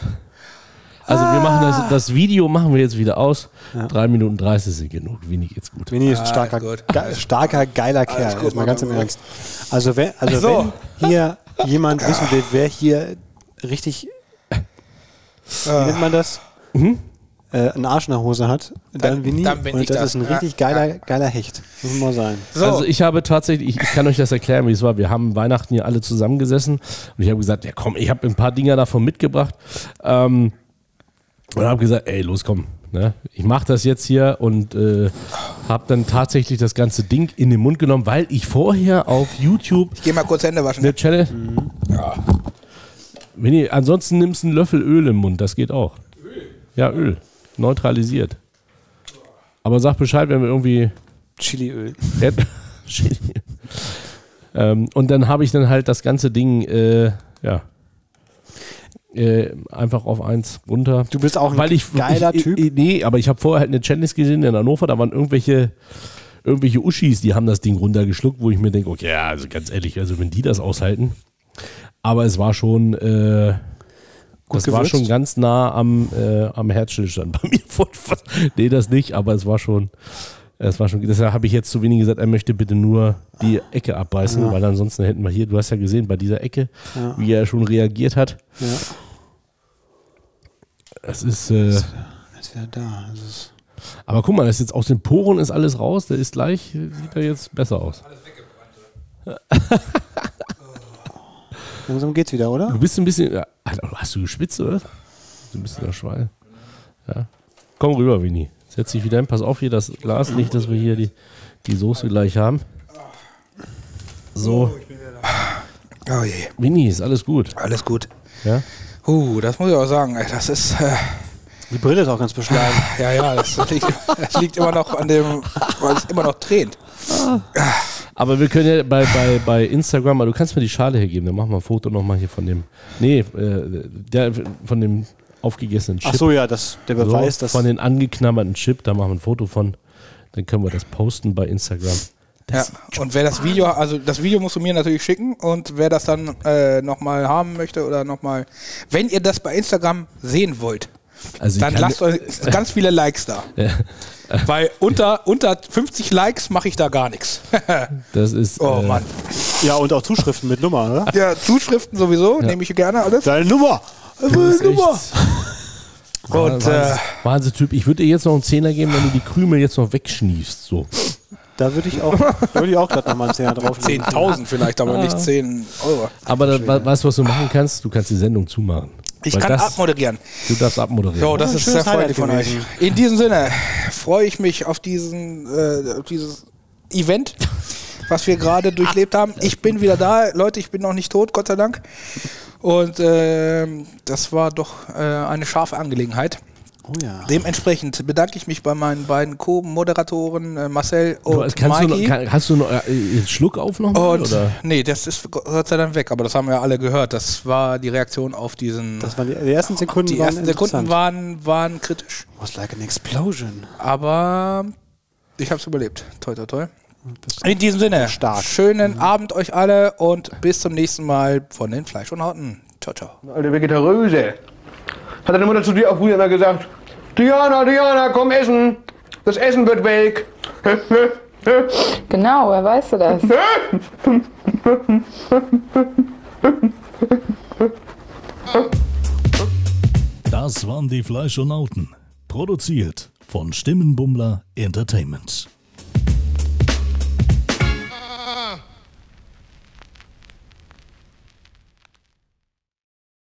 S7: Also wir machen
S6: Ah.
S7: das, das Video machen wir jetzt wieder aus. Drei Minuten 30 sind genug. Wenig geht's gut.
S6: Winnie ist ein starker,
S5: Ah, gut.
S6: ge starker geiler Kerl.
S5: gut,
S6: jetzt mal ganz im
S5: Mann.
S6: Ernst. Also, wenn, also
S5: So.
S6: wenn hier jemand wissen will, wer hier richtig, wie nennt man das? Äh, einen Arsch in der Hose hat, dann, Winnie.
S5: Mhm. dann bin
S6: Und
S5: ich
S6: das,
S5: das.
S6: ist ein richtig geiler, geiler Hecht. Muss mal sein.
S5: So,
S7: Also ich habe tatsächlich, ich, ich kann euch das erklären, wie es war. Wir haben Weihnachten hier alle zusammengesessen und ich habe gesagt, ja komm, ich habe ein paar Dinger davon mitgebracht ähm, und habe gesagt, ey, los komm, ne? ich mache das jetzt hier und äh, Hab dann tatsächlich das ganze Ding in den Mund genommen, weil ich vorher auf YouTube
S5: Geh mal kurz Hände waschen.
S7: eine Channel. Ja. Wenn ihr, ansonsten nimmst du einen Löffel Öl im Mund, das geht auch. Öl? Ja, Öl. Neutralisiert. Aber sag Bescheid, wenn wir irgendwie
S6: Chiliöl.
S7: Erd Chili. ähm, und dann habe ich dann halt das ganze Ding, äh, ja, äh, einfach auf eins runter.
S6: Du bist auch ein
S7: Weil ich,
S6: geiler
S7: ich,
S6: Typ.
S7: Ich, nee, aber ich habe vorher halt eine Challenge gesehen in Hannover, da waren irgendwelche irgendwelche Uschis, die haben das Ding runtergeschluckt, wo ich mir denke, okay, ja, also ganz ehrlich, also wenn die das aushalten. Aber es war schon, äh, das war
S6: gewürzt?
S7: schon ganz nah am, äh, am Herzstillstand bei mir. Voll- fast- nee, das nicht, aber es war schon, es war schon, deshalb habe ich jetzt zu wenig gesagt, er möchte bitte nur die Ecke abbeißen,
S6: Ah.
S7: weil ansonsten hätten wir hier, du hast ja gesehen, bei dieser Ecke, wie er schon reagiert hat.
S6: Ja.
S7: Es ist, äh,
S6: Ist wieder da. Das ist
S7: aber guck mal, das ist jetzt aus den Poren ist alles raus, der ist gleich, sieht er jetzt besser aus.
S6: langsam geht's wieder, oder?
S7: Du bist ein bisschen. ja, Alter, Hast du geschwitzt, oder? was? Du bist ein bisschen Schwein. Ja. Komm rüber, Winnie. Setz dich wieder hin. Pass auf hier das Glas, nicht, dass wir hier die, die Soße gleich haben. So,
S5: Oh je,
S7: Winnie, ist alles gut.
S5: alles gut.
S7: Ja?
S5: Uh, das muss ich auch sagen. ey, Das ist. Äh,
S6: Die Brille ist auch ganz beschlagen.
S5: ja, ja, das liegt, das liegt immer noch an dem. Weil es immer noch tränt.
S7: Aber wir können ja bei, bei, bei Instagram, mal, du kannst mir die Schale hier geben, dann machen wir ein Foto nochmal hier von dem. Nee, äh, der, von dem aufgegessenen Chip.
S6: Ach so, ja, das, der Beweis,
S7: so,
S6: dass.
S7: von den angeknabberten Chip, da machen wir ein Foto von. Dann können wir das posten bei Instagram.
S5: Ja. Und wer das Video, also das Video musst du mir natürlich schicken und wer das dann äh, nochmal haben möchte oder nochmal. Wenn ihr das bei Instagram sehen wollt,
S7: Also ich
S5: dann
S7: kann-
S5: lasst euch ganz viele Likes da. Weil unter, unter 50 Likes mache ich da gar nichts.
S7: Das ist. äh,
S5: Oh Mann.
S6: ja, und auch Zuschriften mit Nummer, oder?
S5: Ja, Zuschriften sowieso, nehme ich gerne alles.
S6: Deine Nummer!
S7: Das ist echt,
S5: Und äh,
S7: Wahnsinn, Typ. Ich würde dir jetzt noch einen Zehner geben, wenn du die Krümel jetzt noch wegschniefst. So.
S6: Da würde ich auch, würde ich auch gerade nochmal einen Zehner drauflegen.
S5: 10.000 vielleicht, aber nicht 10 Euro.
S7: Aber da, wa- weißt du, was du machen kannst? Du kannst die Sendung zumachen.
S5: Ich
S7: Weil
S5: kann
S7: das,
S5: abmoderieren.
S7: Du darfst abmoderieren.
S5: So, das
S6: ein
S5: ist
S6: schönes
S5: sehr freundlich von
S6: Highlight
S5: euch. In diesem Sinne freue ich mich auf, diesen, äh, auf dieses Event, was wir gerade durchlebt haben. Ich bin wieder da. Leute, ich bin noch nicht tot, Gott sei Dank. Und ähm, das war doch äh, eine scharfe Angelegenheit.
S6: Oh ja.
S5: Dementsprechend bedanke ich mich bei meinen beiden Co-Moderatoren äh, Marcel und
S7: du, kannst du noch,
S5: Mikey.
S7: kann, hast du noch äh, einen Schluck auf noch? mal,
S5: und
S7: oder?
S5: nee, das ist Gott sei Dank weg, aber das haben wir ja alle gehört. Das war die Reaktion auf diesen.
S6: Das waren die, die ersten Sekunden.
S5: die ersten Sekunden
S6: waren.
S5: waren, waren kritisch.
S6: interessant. Was like an explosion.
S5: Aber ich habe es überlebt. Toi, toi, toi. In diesem Sinne, schönen Abend euch alle und bis zum nächsten Mal von den Fleisch und Hauten. Ciao, ciao.
S3: Alte Vegetaröse. Hat deine Mutter zu dir auch früher immer gesagt, Diana, Diana, komm essen. Das Essen wird welk.
S4: Genau, woher weißt du das?
S2: Das waren die Fleischonauten. Produziert von Stimmenbummler Entertainment.